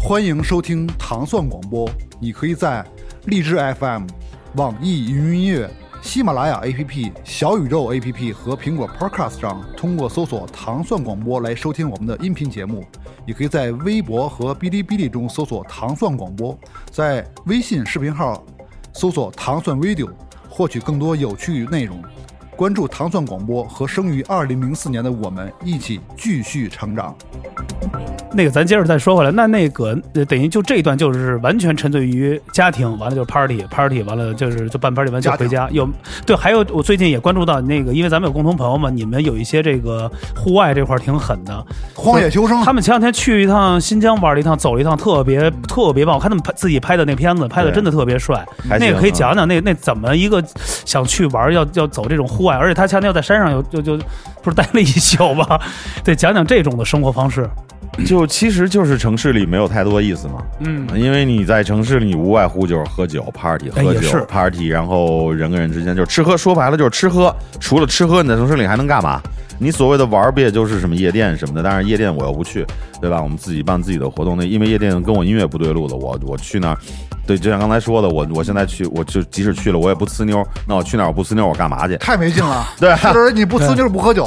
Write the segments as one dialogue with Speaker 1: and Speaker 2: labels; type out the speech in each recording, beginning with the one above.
Speaker 1: 欢迎收听糖蒜广播，你可以在荔枝 FM、网易云音乐、喜马拉雅 APP、小宇宙 APP 和苹果 Podcast 上通过搜索“糖蒜广播”来收听我们的音频节目。也可以在微博和哔哩哔哩中搜索“糖蒜广播”，在微信视频号搜索“糖蒜 video” 获取更多有趣内容。关注糖蒜广播和生于二零零四年的我们，一起继续成长。
Speaker 2: 那个咱接着再说回来，那那个呃等于就这一段就是完全沉醉于家庭，完了就是 party，party 完了就是就办 party 完就回家。有对，还有我最近也关注到那个，因为咱们有共同朋友嘛，你们有一些这个户外这块儿挺狠的，
Speaker 1: 荒野求生，
Speaker 2: 他们前两天去一趟新疆玩了一趟，走了一趟，特别特别棒。我看他们拍自己拍的那片子，拍的真的特别帅。
Speaker 3: 还
Speaker 2: 那个
Speaker 3: 行
Speaker 2: 可以
Speaker 3: 啊
Speaker 2: 讲讲那那怎么一个想去玩要要走这种户外，而且他前天又在山上有就就不是待了一宿吗？对，讲讲这种的生活方式。
Speaker 3: 就其实就是城市里没有太多意思嘛，
Speaker 2: 嗯，
Speaker 3: 因为你在城市里无外乎就是喝酒、party、
Speaker 2: 哎
Speaker 3: 喝
Speaker 2: 也是
Speaker 3: 酒、party，然后人跟人之间就是吃喝，说白了就是吃喝。除了吃喝，你在城市里还能干嘛？你所谓的玩儿，不也就是什么夜店什么的？当然夜店我又不去，对吧？我们自己办自己的活动，那因为夜店跟我音乐不对路了，我我去那儿，对，就像刚才说的，我我现在去，我就即使去了，我也不呲妞儿。那我去哪儿我不呲妞儿，我干嘛去？
Speaker 1: 太没劲了。
Speaker 3: 对
Speaker 1: 是不是你不呲妞不喝酒，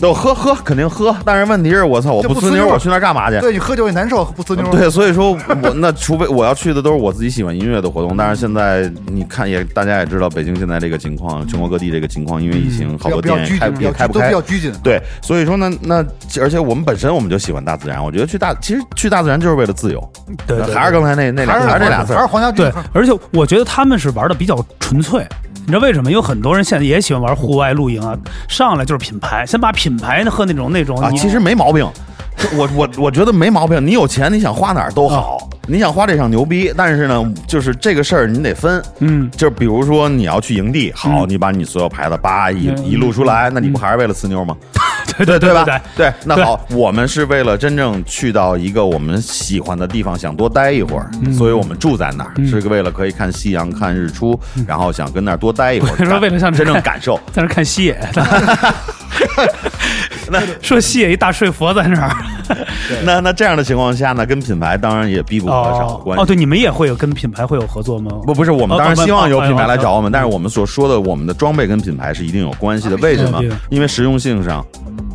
Speaker 3: 那我喝喝肯定喝，但是问题是我操，我
Speaker 1: 就
Speaker 3: 不
Speaker 1: 不呲
Speaker 3: 呲妞儿，
Speaker 1: 妞儿
Speaker 3: 我去那儿干嘛去？
Speaker 1: 对你喝酒也难受，不呲妞。
Speaker 3: 对，所以说我那除非我要去的都是我自己喜欢音乐的活动，但是现在你看也大家也知道北京现在这个情况，全国各地这个情况，因为疫情，好
Speaker 1: 嗯比较
Speaker 3: 多
Speaker 1: 比较
Speaker 3: 店
Speaker 1: 拘
Speaker 3: 也开
Speaker 1: 谨，比
Speaker 3: 也
Speaker 1: 较
Speaker 3: 开
Speaker 1: 拘
Speaker 3: 不
Speaker 1: 都比
Speaker 3: 开
Speaker 1: 较。拘谨。
Speaker 3: 对，所以说呢，那而且我们本身我们就喜欢大自然，我觉得去大其实去大自然就是为了自由，
Speaker 2: 对对
Speaker 3: 还是刚才那那俩
Speaker 1: 还是
Speaker 3: 还是这俩字
Speaker 1: 还
Speaker 3: 儿
Speaker 1: 是，黄家驹 哎
Speaker 2: 对，而且我觉得他们是玩的比较纯粹。
Speaker 3: 嗯
Speaker 2: 你知道为什么？有很多人现在也喜欢玩户外露营啊，上来就是品牌，先把品牌和那种那种
Speaker 3: 啊，
Speaker 2: 你
Speaker 3: 其实没毛病。我我我觉得没毛病，你有钱，你想花哪儿都
Speaker 2: 啊
Speaker 3: 好，你想花这场牛逼，但是呢，就是这个事儿你得分，
Speaker 2: 嗯，
Speaker 3: 就是比如说你要去营地，好，你把你所有牌子叭一
Speaker 2: 嗯
Speaker 3: 一路出来，那你不还是为了呲妞吗？
Speaker 2: 对对对
Speaker 3: 吧
Speaker 2: 对？
Speaker 3: 对，那
Speaker 2: 对
Speaker 3: 好，我们是为了真正去到一个我们喜欢的地方，想多待一会儿，
Speaker 2: 嗯
Speaker 3: 所以我们住在那儿，是为了可以看夕阳、看日出，然后想跟那儿多待一会儿，
Speaker 2: 嗯 你说为了像
Speaker 3: 真正感受。
Speaker 2: 在那看西野，
Speaker 3: 那
Speaker 2: 说西野一大睡佛在那儿。
Speaker 3: 那那这样的情况下呢，跟品牌当然也必不可少的
Speaker 2: 哦
Speaker 3: 关系。
Speaker 2: 哦，对，你们也会有跟品牌会有合作吗？
Speaker 3: 不不是，我们
Speaker 2: 哦
Speaker 3: 当然
Speaker 2: 哦
Speaker 3: 希望有品牌来
Speaker 2: 哦
Speaker 3: 找
Speaker 2: 哦
Speaker 3: 我们，但是我们所说的我们的装备跟品牌是一定有关系的。为什么
Speaker 2: 对对？
Speaker 3: 因为实用性上、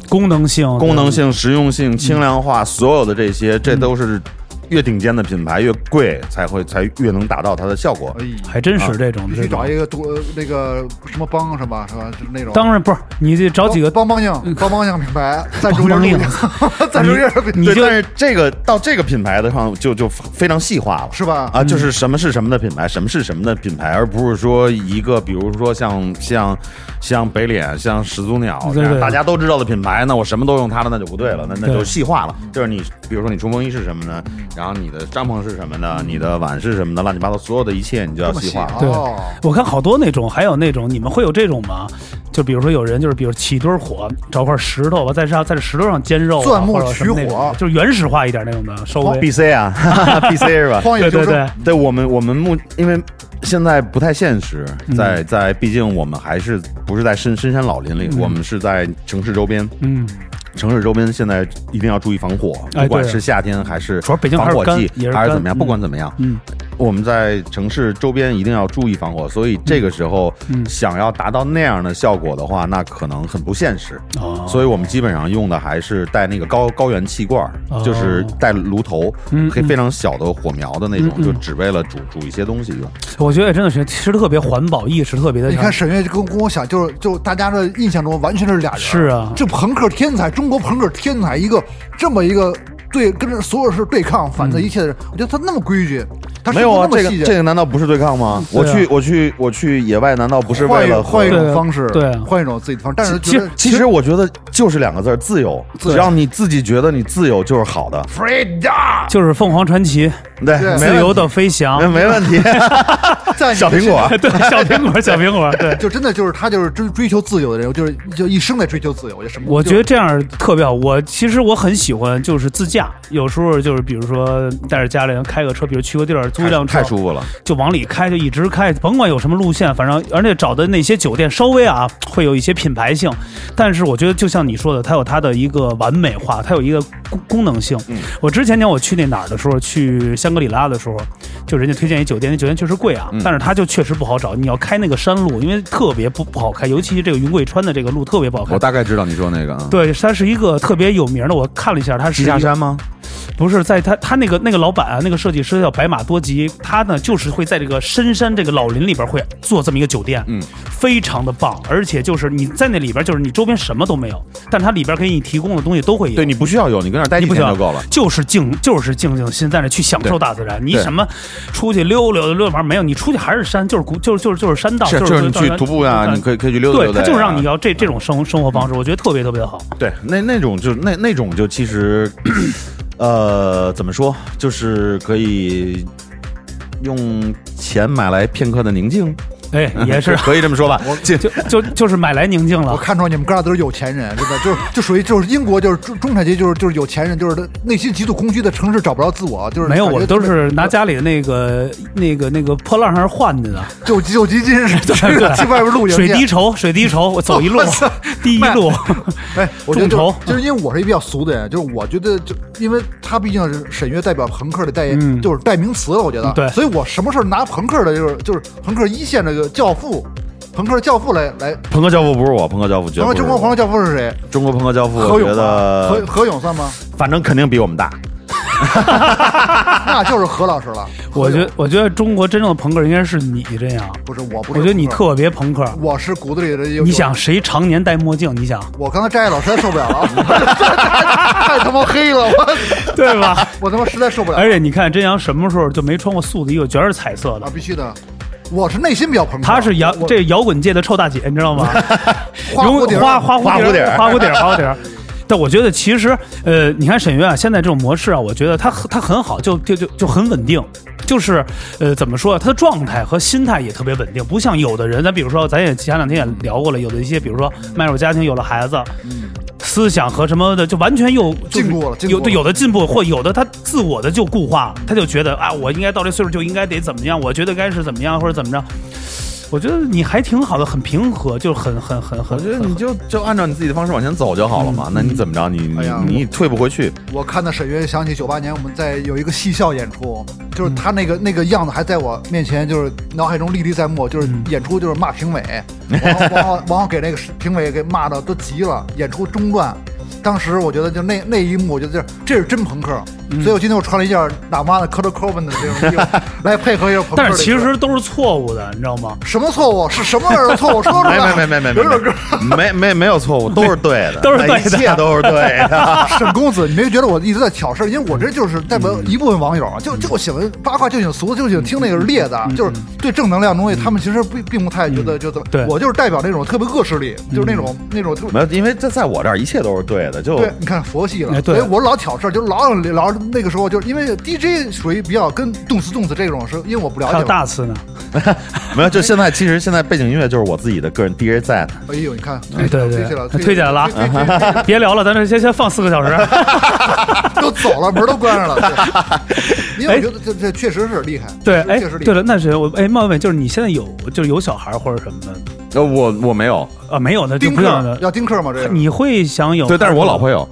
Speaker 2: 功能性，
Speaker 3: 功能性、实用
Speaker 2: 嗯
Speaker 3: 性、轻量化，所有的这些，这都是越顶尖的品牌越贵才会才越能达到它的效果。
Speaker 1: 哎
Speaker 2: 对，还真是这
Speaker 3: 啊
Speaker 2: 种
Speaker 1: 必
Speaker 2: 这
Speaker 1: 须
Speaker 2: 种
Speaker 1: 找一个多那个什么帮是吧？是吧？就是那种。
Speaker 2: 当然不是，你得找几个
Speaker 1: 帮帮硬，帮帮硬品 牌赞助
Speaker 2: 帮帮
Speaker 1: 硬
Speaker 2: 硬，
Speaker 1: 赞助硬
Speaker 2: 你
Speaker 3: 对，
Speaker 2: 就
Speaker 3: 但是这个到这个品牌的上就就非常细化了，
Speaker 1: 是吧？
Speaker 3: 啊，就是什么是什么的品牌，什么是什么的品牌，而不是说一个，比如说像像像北脸、像始祖鸟这
Speaker 2: 对
Speaker 3: 样
Speaker 2: 对
Speaker 3: 大家都知道的品牌，那我什么都用它的，那就不对了，那那
Speaker 2: 对
Speaker 3: 就细化了。就是你，比如说你冲锋衣是什么呢？然后你的帐篷是什么呢？你的碗是什么呢？乱七八糟，所有的一切你就要
Speaker 1: 这么
Speaker 3: 细
Speaker 1: 细
Speaker 3: 化了。
Speaker 1: 啊
Speaker 2: 对
Speaker 1: 哦
Speaker 2: 我看好多那种，还有那种，你们会有这种吗？就比如说有人就是，比如起一堆火，找块石头吧，在上在这石头上煎肉啊，
Speaker 1: 钻木
Speaker 2: 或者什么那种
Speaker 1: 取火
Speaker 2: 就是原始化一点那种的，稍微
Speaker 3: B C 啊 ，B C 是吧？
Speaker 1: 荒野
Speaker 2: 对
Speaker 1: 求
Speaker 2: 对
Speaker 1: 生
Speaker 2: 对，
Speaker 3: 对我们，我们目因为现在不太现实，
Speaker 2: 嗯
Speaker 3: 在在，毕竟我们还是不是在深深山老林里，我们是在城市周边。
Speaker 2: 嗯，
Speaker 3: 城市周边现在一定要注意防火，
Speaker 2: 哎
Speaker 3: 不管
Speaker 2: 对
Speaker 3: 是夏天还是
Speaker 2: 主要北京还
Speaker 3: 防
Speaker 2: 是
Speaker 3: 火
Speaker 2: 干
Speaker 3: 剂
Speaker 2: 也是
Speaker 3: 还是
Speaker 2: 干
Speaker 3: 怎么样，
Speaker 2: 嗯
Speaker 3: 不管怎么样，
Speaker 2: 嗯，
Speaker 3: 我们在城市周边一定要注意防火。所以这个时候
Speaker 2: 嗯
Speaker 3: 想要达到那样的效果的话，那可能很不现实。
Speaker 2: 哦，
Speaker 3: 嗯所以我们基本上用的还是带那个高高原气罐儿，
Speaker 2: 哦
Speaker 3: 就是带炉头，
Speaker 2: 嗯
Speaker 3: 可以非常小的火苗的那种，
Speaker 2: 嗯
Speaker 3: 就只为了煮煮一些东西用。
Speaker 2: 我觉得真的是，其实特别环保意识特别的
Speaker 1: 你
Speaker 2: 强，
Speaker 1: 看
Speaker 3: 啊
Speaker 1: 沈月就跟跟我想，就是就大家的印象中完全是俩人。
Speaker 2: 是啊
Speaker 1: 这朋克天才，中国朋克天才，一个这么一个对跟着所有事对抗、反对一切的人，我觉得他那么规矩，他
Speaker 3: 嗯没有啊，
Speaker 1: 生活
Speaker 3: 这
Speaker 1: 那么
Speaker 3: 个
Speaker 1: 细
Speaker 3: 这
Speaker 1: 节。
Speaker 3: 个难道不是对抗吗？
Speaker 2: 对啊
Speaker 3: 我去我去我去野外，难道不是
Speaker 1: 换
Speaker 3: 为
Speaker 1: 一
Speaker 3: 了
Speaker 1: 换一
Speaker 3: 和
Speaker 1: 种方式，
Speaker 2: 对啊
Speaker 1: 换一种自己的方式，但是
Speaker 2: 其
Speaker 1: 觉
Speaker 2: 实
Speaker 1: 得
Speaker 3: 其实我觉得就是两个字儿自由。
Speaker 1: 自由
Speaker 3: 只要你自己觉得你自由就是好的，
Speaker 1: Freedom，
Speaker 2: 就是凤凰传奇，
Speaker 3: 对，
Speaker 1: 对
Speaker 3: 没
Speaker 2: 自由
Speaker 3: 问题
Speaker 2: 的飞翔，
Speaker 3: 没没问题。
Speaker 1: 在你
Speaker 3: 小
Speaker 1: 的
Speaker 3: 苹果
Speaker 1: 世界，
Speaker 2: 对，小苹果，小苹果，对。
Speaker 1: 就真的就是他就是追追求自由的人，就是就一生在追求自由，就什么？
Speaker 2: 我
Speaker 1: 就
Speaker 2: 觉得这样特别好。我其实我很喜欢，就是自驾。有时候就是，比如说带着家里人开个车，比如去个地儿租一辆车
Speaker 3: 太，舒服了，
Speaker 2: 就往里开，就一直开，甭管有什么路线，反正而且找的那些酒店稍微啊会有一些品牌性，但是我觉得就像你说的，它有它的一个完美化，它有一个功功能性。
Speaker 3: 嗯
Speaker 2: 我之前年我去那哪儿的时候，去香格里拉的时候，就人家推荐一酒店，那酒店确实贵啊，
Speaker 3: 嗯
Speaker 2: 但是它就确实不好找。你要开那个山路，因为特别不不好开，尤其这个云贵川的这个路特别不好开
Speaker 3: 我。大概知道你说那个啊，
Speaker 2: 对，它是一个特别有名的。我看了一下，它是
Speaker 3: 地
Speaker 2: 一
Speaker 3: 下
Speaker 2: 个
Speaker 3: 山吗？
Speaker 2: 不是在他他那个那个老板啊，那个设计师叫白马多吉，他呢就是会在这个深山这个老林里边会做这么一个酒店，
Speaker 3: 嗯，
Speaker 2: 非常的棒，而且就是你在那里边就是你周边什么都没有，但它里边给你提供的东西都会有。
Speaker 3: 对你不需要有，你跟那儿待
Speaker 2: 你
Speaker 3: 几
Speaker 2: 不需
Speaker 3: 天
Speaker 2: 要
Speaker 3: 就够了。
Speaker 2: 就是静，就是静静心，在那去享受大自然。你
Speaker 3: 对
Speaker 2: 什么出去溜溜溜溜玩没有？你出去还是山，就是古，就是就是就是山道，
Speaker 3: 是，啊
Speaker 2: 就
Speaker 3: 就是你去徒步呀，
Speaker 2: 对
Speaker 3: 你可以可以去溜达溜
Speaker 2: 对，
Speaker 3: 达呀。嗯
Speaker 2: 他就是让你要这这种生生活方式，我觉得特别特别的好。
Speaker 3: 对，那那种就是那那种就其实， 呃，怎么说，就是可以用钱买来片刻的宁静，
Speaker 2: 哎，也是，
Speaker 3: 可以这么说吧。就
Speaker 2: 就就就是买来宁静了
Speaker 1: 我。看出来你们哥俩都是有钱人，真的就是就属于就是英国就是中中产阶级就是就是有钱人，就是他内心极度空虚的城市找不着自我，就是
Speaker 2: 没有，
Speaker 1: 感觉
Speaker 2: 我都
Speaker 1: 特别
Speaker 2: 是拿家里的那个、那个、那个破烂上换的呢。
Speaker 1: 就就基金似的，
Speaker 2: 对对
Speaker 1: 去外边露营
Speaker 2: 水滴
Speaker 1: 去。
Speaker 2: 筹，水滴筹，我走一路
Speaker 1: 我操，
Speaker 2: 第一路。
Speaker 1: 哎，我觉得就是
Speaker 2: 众筹
Speaker 1: 就是因为我是一比较俗的人，就是我觉得就因为他毕竟是沈月代表朋克的代
Speaker 2: 嗯
Speaker 1: 言，就是代名词了，我觉得。
Speaker 2: 对
Speaker 1: 所以我什么事儿拿朋克的，就是就是朋克一线这个教父，朋克教父来来。
Speaker 3: 朋克教父不是我，朋克教父绝
Speaker 1: 然
Speaker 3: 不
Speaker 1: 后
Speaker 3: 是
Speaker 1: 中国朋克
Speaker 3: 我
Speaker 1: 教父是谁？
Speaker 3: 中国朋克教父，
Speaker 1: 何
Speaker 3: 我
Speaker 1: 勇
Speaker 3: 觉
Speaker 1: 吗？何
Speaker 3: 得
Speaker 1: 何勇 算吗？
Speaker 3: 反正肯定比我们大。
Speaker 1: 那就是何老师了。何
Speaker 2: 我觉得
Speaker 1: 勇，
Speaker 2: 我觉得中国真正的朋克应该是你这样。
Speaker 1: 不是我不
Speaker 2: 我
Speaker 1: 是，嗯
Speaker 2: 觉得你，特别朋克。
Speaker 1: 我是骨子里的。
Speaker 2: 你想，谁常年戴墨镜？你 想
Speaker 1: 我刚才摘老实在受不了了， 太他妈黑了，我
Speaker 2: 对吧？
Speaker 1: 我他妈实在受不了
Speaker 2: 而且你看真阳什么时候就没穿过素的衣服，全是彩色
Speaker 1: 啊！
Speaker 2: 的。
Speaker 1: 必须的，我是内心比较朋克，
Speaker 2: 她是摇
Speaker 1: 嗯我
Speaker 2: 这摇滚界的臭大姐，你知道吗？
Speaker 1: 花蝴蝶
Speaker 2: 永花花
Speaker 3: 花蝴
Speaker 2: 蝴
Speaker 3: 蝶
Speaker 2: 蝶儿，花蝴蝶儿，花蝴蝶儿。但我觉得其实，呃，你看沈月啊，现在这种模式啊，我觉得她很她很好，就就就就很稳定，就是呃，怎么说啊，她的状态和心态也特别稳定，不像有的人，咱比如说，咱也前两天也聊过了，有的一些，比如说迈入家庭，有了孩子，思想和什么的，就完全又就是
Speaker 1: 进步了进步
Speaker 2: 有
Speaker 1: 了
Speaker 2: 对有的进步，或有的他自我的就固化了，他就觉得啊，我应该到这岁数就应该得怎么样，我觉得该是怎么样或者怎么着。我觉得你还挺好的，很平和，就是很很很
Speaker 3: 我
Speaker 2: 很。嗯
Speaker 3: 觉得你就就按照你自己的方式往前走就好了嘛。那你怎么着？你
Speaker 1: 哎呀
Speaker 3: 你你退不回去。
Speaker 1: 我看到沈月想起九八年我们在有一个戏校演出，就是他那个那个样子还在我面前，就是脑海中历历在目，就是演出就是骂评委，然后然后然后给那个评委给骂的都急了，演出中断。当时我觉得就那那一幕，我觉得这这是真朋克，所以我今天我穿了一件喇嘛的 c o l o r c o v i n 的这种衣服来配合一下朋克的
Speaker 2: 但
Speaker 1: 歌。
Speaker 2: 是其实都是错误的，你知道吗？
Speaker 1: 什么错误是什么人的错误？说出
Speaker 3: 没
Speaker 1: 来。
Speaker 3: 没没没没
Speaker 1: 有一首歌，
Speaker 3: 没没没没有错误，都是对 的，
Speaker 2: 都是对的
Speaker 3: 一切都是对 的。
Speaker 1: 沈公子，你没觉得我一直在挑事儿？因为我这就是代表
Speaker 2: 嗯
Speaker 1: 一部分网友，啊就就喜欢八卦，就喜欢俗，就喜欢听那个烈的，
Speaker 2: 嗯
Speaker 1: 就是对正能量的东西，他们其实并并不太觉得就怎么。
Speaker 2: 对嗯
Speaker 1: 我就是代表那种特别恶势力，就是那种那种特别。
Speaker 3: 没有，因为这在我这儿一切都是对的，就
Speaker 1: 对，你看佛系了
Speaker 2: 哎，
Speaker 1: 所
Speaker 2: 对
Speaker 1: 以我老挑事儿，就老想聊那个时候，就是因为 DJ 属于比较跟动词动词这种，是因为我不了
Speaker 2: 还有
Speaker 1: 解嘛。
Speaker 2: 大词呢，
Speaker 3: 没有。就现在，其实现在背景音乐就是我自己的个人 DJ 在的。
Speaker 1: 哎呦，你看，
Speaker 2: 哎对对
Speaker 1: 推荐了，
Speaker 2: 对推荐了啊
Speaker 1: 推推推推
Speaker 2: 别聊了，咱这先先放四个小时。
Speaker 1: 都走了，门都关上了。 对因为我觉得这这确实是厉害，
Speaker 2: 哎对，哎
Speaker 1: 确实，厉
Speaker 2: 对
Speaker 1: 害。
Speaker 2: 了，那是我哎，冒昧，就是你现在有就是有小孩或者什么的
Speaker 3: 呃，我我没有，
Speaker 2: 啊？没有的就
Speaker 1: 丁
Speaker 2: 不
Speaker 1: 克
Speaker 2: 要了。
Speaker 1: 要丁克吗？这个
Speaker 2: 你会想有
Speaker 3: 对，但是我老婆有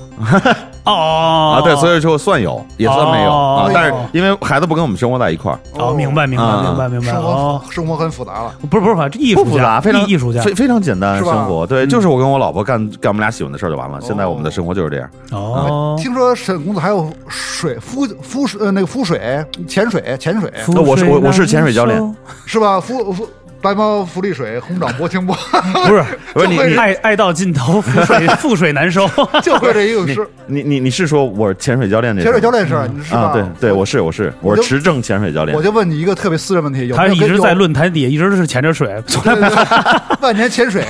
Speaker 2: 哦哦
Speaker 3: 啊，对，所
Speaker 2: 以
Speaker 3: 以就算有，也算没有
Speaker 2: 哦
Speaker 1: 哎
Speaker 3: 啊
Speaker 1: 呦。
Speaker 3: 但是因为孩子不跟我们生活在一块儿，
Speaker 2: 哦，明白明白
Speaker 3: 嗯
Speaker 2: 明白明白
Speaker 1: 生活、
Speaker 2: 哦，
Speaker 1: 生活很复杂了。
Speaker 2: 不是不是，反正艺
Speaker 3: 不
Speaker 2: 术
Speaker 3: 复
Speaker 2: 家
Speaker 3: 杂，非常
Speaker 2: 艺艺术家嗯
Speaker 3: 非非常简单
Speaker 1: 是吧
Speaker 3: 生活。对，就是我跟我老婆干干我们俩喜欢的事儿就完了。现在我们的生活就是这样。
Speaker 2: 哦。
Speaker 3: 啊
Speaker 1: 听说沈公子还有水敷敷水呃那个敷水、潜水、潜水
Speaker 2: 浮
Speaker 3: 哎那我是
Speaker 2: 水
Speaker 3: 我我是
Speaker 2: 难
Speaker 3: 潜水教练
Speaker 2: 受
Speaker 1: 是吧？敷敷白猫浮绿水，红掌拨清 波，
Speaker 2: 不是，
Speaker 3: 不是
Speaker 1: 就
Speaker 3: 你
Speaker 1: 会
Speaker 3: 你
Speaker 2: 爱爱到尽头，覆 水覆水难收。
Speaker 1: 就会这一个事。
Speaker 3: 你你你是说我潜水教练这事
Speaker 1: 潜
Speaker 3: 儿？
Speaker 1: 水教练是吧你是吧？
Speaker 3: 啊，对对，我是我是我是持证潜水教练
Speaker 1: 我。就问你一个特别私人问题，有没
Speaker 2: 他
Speaker 1: 有
Speaker 2: 一
Speaker 1: 跟
Speaker 2: 直在
Speaker 1: 有
Speaker 2: 论坛底下一直是潜 着水，从来
Speaker 1: 对对 对，万年潜水，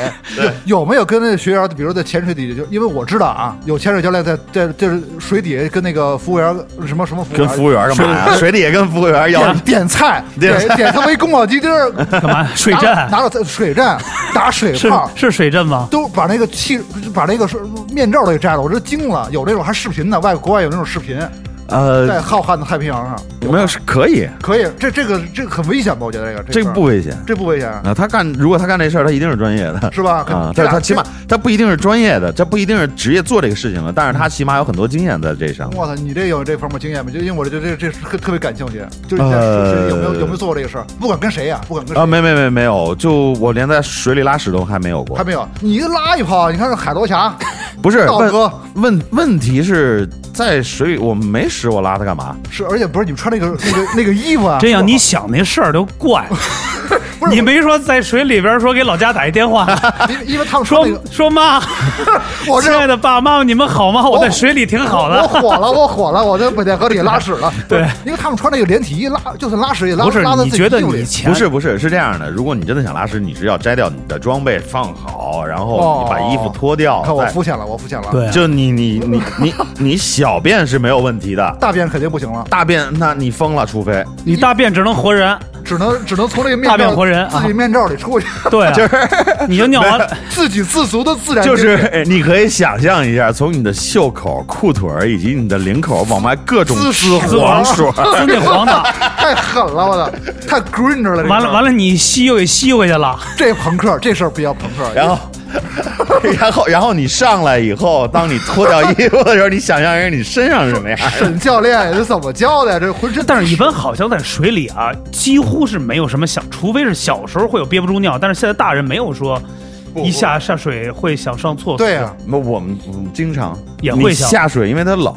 Speaker 1: 有没有跟那学员，比如在潜水底下，就因为我知道啊，有潜水教练在在就是水底下跟那个服务员什么什么服务员
Speaker 3: 跟服务员干嘛呀？水里也跟服务员要
Speaker 1: 点点菜，
Speaker 3: 点
Speaker 1: 点点他妈一宫保鸡丁儿，
Speaker 2: 干嘛？水
Speaker 1: 拿
Speaker 2: 战
Speaker 1: 拿着水战打水
Speaker 2: 是
Speaker 1: 泡。
Speaker 2: 是水战吗？
Speaker 1: 都把那个气，把那个是面罩都给摘了，我这惊了。有这种还视频呢，外国外有那种视频，在
Speaker 3: 呃，
Speaker 1: 浩瀚的太平洋上，
Speaker 3: 没有是可以，
Speaker 1: 可以。这这个这个很危险吧？我觉得这个
Speaker 3: 这
Speaker 1: 个
Speaker 3: 个不危险
Speaker 1: 这不危险
Speaker 3: 啊。他干如果他干这事儿，他一定是专业 的。
Speaker 1: 是吧？
Speaker 3: 啊，
Speaker 1: 这
Speaker 3: 但是
Speaker 1: 俩
Speaker 3: 他起码他不一定是专业的，这不一定是职业做这个事情了，但是
Speaker 1: 嗯
Speaker 3: 他起码有很多经验在这上面。
Speaker 1: 我操，你这有这方面经验吗？就因为我这这这特特别感兴趣，就是你在水水里有没有
Speaker 3: 呃
Speaker 1: 有没有做过这个事儿？不管跟谁呀、不管跟谁
Speaker 3: 啊，没没没没有，就我连在水里拉屎都还没有过
Speaker 1: 还。没有。你拉一泡，你看这海螺侠、
Speaker 3: 不 是
Speaker 1: 道
Speaker 3: 问
Speaker 1: 哥
Speaker 3: 问问题是在水里，我没屎，我拉它干嘛？
Speaker 1: 是，而且不是你们穿那个那个那个衣服啊？
Speaker 2: 这样你想那事儿都怪，
Speaker 1: 是
Speaker 2: 你没说在水里边说给老家打一电 话，
Speaker 1: 因因为他们穿
Speaker 2: 说
Speaker 1: 那个，
Speaker 2: 说妈，
Speaker 1: 我哦
Speaker 2: 亲
Speaker 1: 这
Speaker 2: 爱的爸妈，你们好吗？我在水里挺好
Speaker 1: 我
Speaker 2: 的。
Speaker 1: 火了，我火了，我在北戴河里拉屎了。
Speaker 2: 对，
Speaker 1: 因为他们穿那个连体衣拉，就算拉屎也拉
Speaker 2: 不是
Speaker 1: 拉到
Speaker 2: 你
Speaker 1: 自己
Speaker 2: 觉得
Speaker 1: 衣服里
Speaker 2: 你。前
Speaker 3: 不是不是，是这样的，如果你真的想拉屎，你是要摘掉你的装备放好，然后
Speaker 1: 哦
Speaker 3: 你把衣服脱掉
Speaker 1: 你看，我
Speaker 3: 再
Speaker 1: 肤浅了，我肤浅了。，
Speaker 2: 对啊，
Speaker 3: 就你你你 你你小便是没有问题的，
Speaker 1: 大便肯定不行了，
Speaker 3: 大便那你疯了，除非
Speaker 2: 你大便只能活人，
Speaker 1: 只能只能从那个面
Speaker 2: 大便
Speaker 1: 罩
Speaker 2: 活人啊
Speaker 1: 自己面罩里出去，
Speaker 2: 对啊，你就尿完了，
Speaker 1: 自给自足的自然
Speaker 3: 就
Speaker 1: 精
Speaker 3: 是
Speaker 1: 神
Speaker 3: 哎你可以想象一下，从你的袖口、裤腿儿以及你的领口往外各种
Speaker 1: 滋死我
Speaker 3: 黄水 儿，
Speaker 2: 滋你黄的，
Speaker 1: 太狠了，我操，太 green 着了。
Speaker 2: 完了完
Speaker 1: 了，
Speaker 2: 了，你吸又给吸回去了，
Speaker 1: 这朋克这事儿比较朋克。
Speaker 3: 然后， 然后，然后你上来以后，当你脱掉衣服的时候，你想象一下你身上是什么样？
Speaker 1: 沈教练这怎么教的呀？这浑身
Speaker 2: 但是一般好像在水里啊，几乎是没有什么想，除非是小时候会有憋不住尿，但是现在大人没有说
Speaker 3: 不
Speaker 2: 一下下水会想上厕所。
Speaker 1: 对呀、
Speaker 3: 那我们我们经常
Speaker 2: 也会
Speaker 3: 你
Speaker 2: 想
Speaker 3: 下水，因为它冷，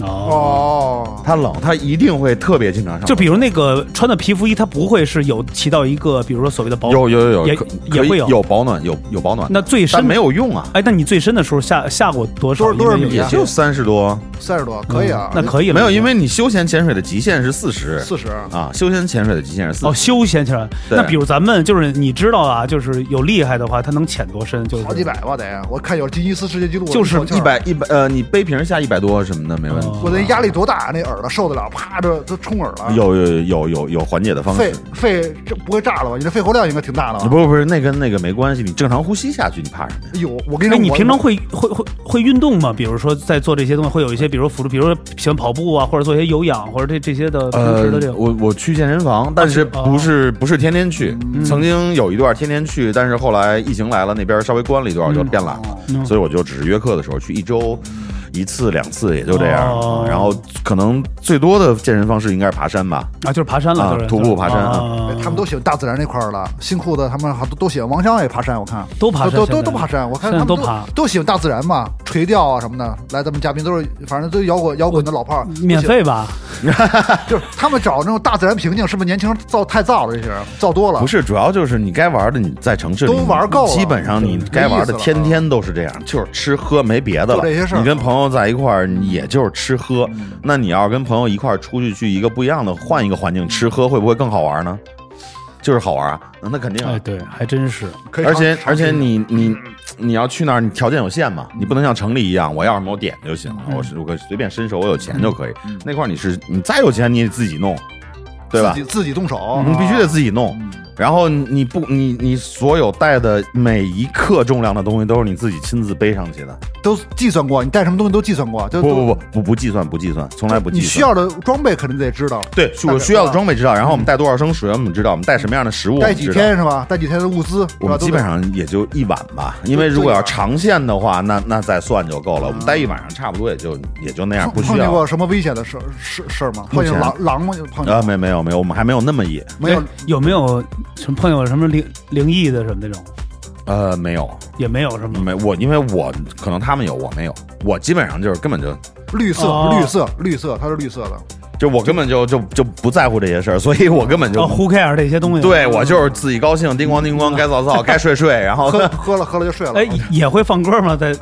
Speaker 2: 哦。
Speaker 1: 哦，
Speaker 3: 它冷，它一定会特别经常上。
Speaker 2: 就比如那个穿的皮肤衣，它不会是有起到一个，比如说所谓的保
Speaker 3: 有有有
Speaker 2: 也
Speaker 3: 有可
Speaker 2: 也
Speaker 3: 可以
Speaker 2: 会有
Speaker 3: 有保暖，有有保暖，
Speaker 2: 那最深
Speaker 3: 但没有用啊，
Speaker 2: 哎，那你最深的时候下下过多少？
Speaker 1: 多少多少
Speaker 2: 因为有
Speaker 1: 米
Speaker 3: 也
Speaker 1: 啊
Speaker 2: 些
Speaker 3: 就三十多，
Speaker 1: 三十多可以啊，
Speaker 2: 哦那可以了，
Speaker 3: 没有，因为你休闲潜水的极限是四十
Speaker 1: 四十
Speaker 3: 啊，休闲潜水的极限是四
Speaker 2: 哦，
Speaker 3: 十。
Speaker 2: 休闲起来。
Speaker 3: 对
Speaker 2: 那比如咱们就是你知道啊，就是有厉害的话，他能潜多深？就是
Speaker 1: 好几百吧得，我看有吉尼斯世界纪录，
Speaker 2: 就是
Speaker 1: 我一口气儿
Speaker 3: 一。百一百呃，你背瓶下一百多什么的没问题。
Speaker 2: 哦
Speaker 1: 我那压力多大？那耳朵受得了？啪，这都冲耳了。
Speaker 3: 有有有有有缓解的方
Speaker 1: 肺
Speaker 3: 式。
Speaker 1: 肺这不会炸了吧？你这肺活量应该挺大的吧？
Speaker 3: 不是不是，那跟那个没关系，你正常呼吸下去，你怕什么呀？
Speaker 1: 哎呦，我跟你
Speaker 2: 哎，
Speaker 1: 说，
Speaker 2: 你
Speaker 1: 我
Speaker 2: 平常会会会会运动吗？比如说在做这些东西，会有一些，比如辅助，比如说喜欢跑步啊，或者做一些有氧，或者这这些的平时的这种。
Speaker 3: 呃我我去健身房，但是不是不是天天去，曾经有一段天天去，但是后来疫情来了，那边稍微关了一段，我就变懒
Speaker 1: 啊
Speaker 3: 了，
Speaker 2: 嗯
Speaker 3: 所以我就只是约课的时候去一周一次两次，也就这
Speaker 2: 哦
Speaker 3: 样。然后可能最多的健身方式应该是爬山
Speaker 1: 嗯
Speaker 3: 吧，
Speaker 2: 啊，就是爬山了，
Speaker 3: 啊
Speaker 2: 就是
Speaker 3: 徒步爬山啊
Speaker 1: 哎他们都喜欢大自然那块儿了。新裤子他们好多都喜欢，王湘也爬山，我看
Speaker 2: 都爬山
Speaker 1: 都都
Speaker 2: 现在
Speaker 1: 都爬山。我看
Speaker 2: 现
Speaker 1: 他
Speaker 2: 在
Speaker 1: 们
Speaker 2: 都爬
Speaker 1: 都喜欢大自然嘛，垂钓啊什么的。来，咱们嘉宾都是，反正都是摇滚摇滚的老炮儿，
Speaker 2: 免费吧？
Speaker 1: 就是他们找那种大自然平静，是不是年轻人造太造了？这些人造多了，
Speaker 3: 不是主要就是你该玩的你在城市里
Speaker 1: 都玩够了
Speaker 3: 基本上你该玩的天天都是这样，就是吃喝没别的了。
Speaker 1: 嗯就这些事儿
Speaker 3: 你跟朋友在一块儿，你也就是吃喝。
Speaker 1: 嗯
Speaker 3: 那你要是跟朋友一块儿出去去一个不一样的，换一个环境吃喝，会不会更好玩呢？就是好玩啊，那肯定啊。
Speaker 2: 哎，对，还真是。
Speaker 1: 可以
Speaker 3: 而
Speaker 1: 尝
Speaker 3: 且
Speaker 1: 尝
Speaker 3: 而
Speaker 1: 试
Speaker 3: 且
Speaker 1: 一下
Speaker 3: 你你你要去那儿，你条件有限嘛，你不能像城里一样，我要什么我点就行了，
Speaker 1: 嗯
Speaker 3: 我是我可以随便伸手，我有钱就可以。那块儿你是你再有钱你也自己弄，对吧
Speaker 1: 自？己嗯自己动手，啊
Speaker 3: 你必须得自己弄。然后你不，你你所有带的每一克重量的东西都是你自己亲自背上去的。
Speaker 1: 都计算过，你带什么东西都计算过，就
Speaker 3: 不不不不不计算不计算，从来不计
Speaker 1: 你
Speaker 3: 算。
Speaker 1: 需要的装备肯定得知道，
Speaker 3: 对，
Speaker 1: 概
Speaker 3: 我需要的
Speaker 1: 吧
Speaker 3: 装备知道，然后我们带多少升水我们知道，我们带什么样的食物我
Speaker 1: 带
Speaker 3: 们
Speaker 1: 几
Speaker 3: 知道。
Speaker 1: 天是吧？带几天的物资，
Speaker 3: 我
Speaker 1: 是吧
Speaker 3: 们基本上也就一晚吧，因为如果要长线的话，那那再算就够了。我们待一晚上差不多也就也就那样，
Speaker 1: 都
Speaker 3: 不
Speaker 1: 得碰
Speaker 3: 需
Speaker 1: 碰见
Speaker 3: 要
Speaker 1: 过什么危险的事事事儿吗？
Speaker 3: 目
Speaker 1: 碰见
Speaker 3: 前
Speaker 1: 狼狼吗？碰见
Speaker 3: 啊，没没有没有，我们还没有那么野，
Speaker 1: 没有
Speaker 2: 哎？有没有什么朋友什么灵灵异的什么那种？
Speaker 3: 呃，没有
Speaker 2: 也没有是吗？
Speaker 3: 嗯没我，因为我可能他们有，我没有，我基本上就是根本就
Speaker 1: 绿色
Speaker 2: 哦
Speaker 1: 绿色绿色，它是绿色的，
Speaker 3: 就我根本就就就不在乎这些事儿，所以我根本就
Speaker 2: 哦，who care 这些东西？
Speaker 3: 对我就是自己高兴，叮咣叮咣，该造造，该睡睡，然 后
Speaker 1: 喝喝了喝了就睡了。
Speaker 2: 哎，也会放歌吗？在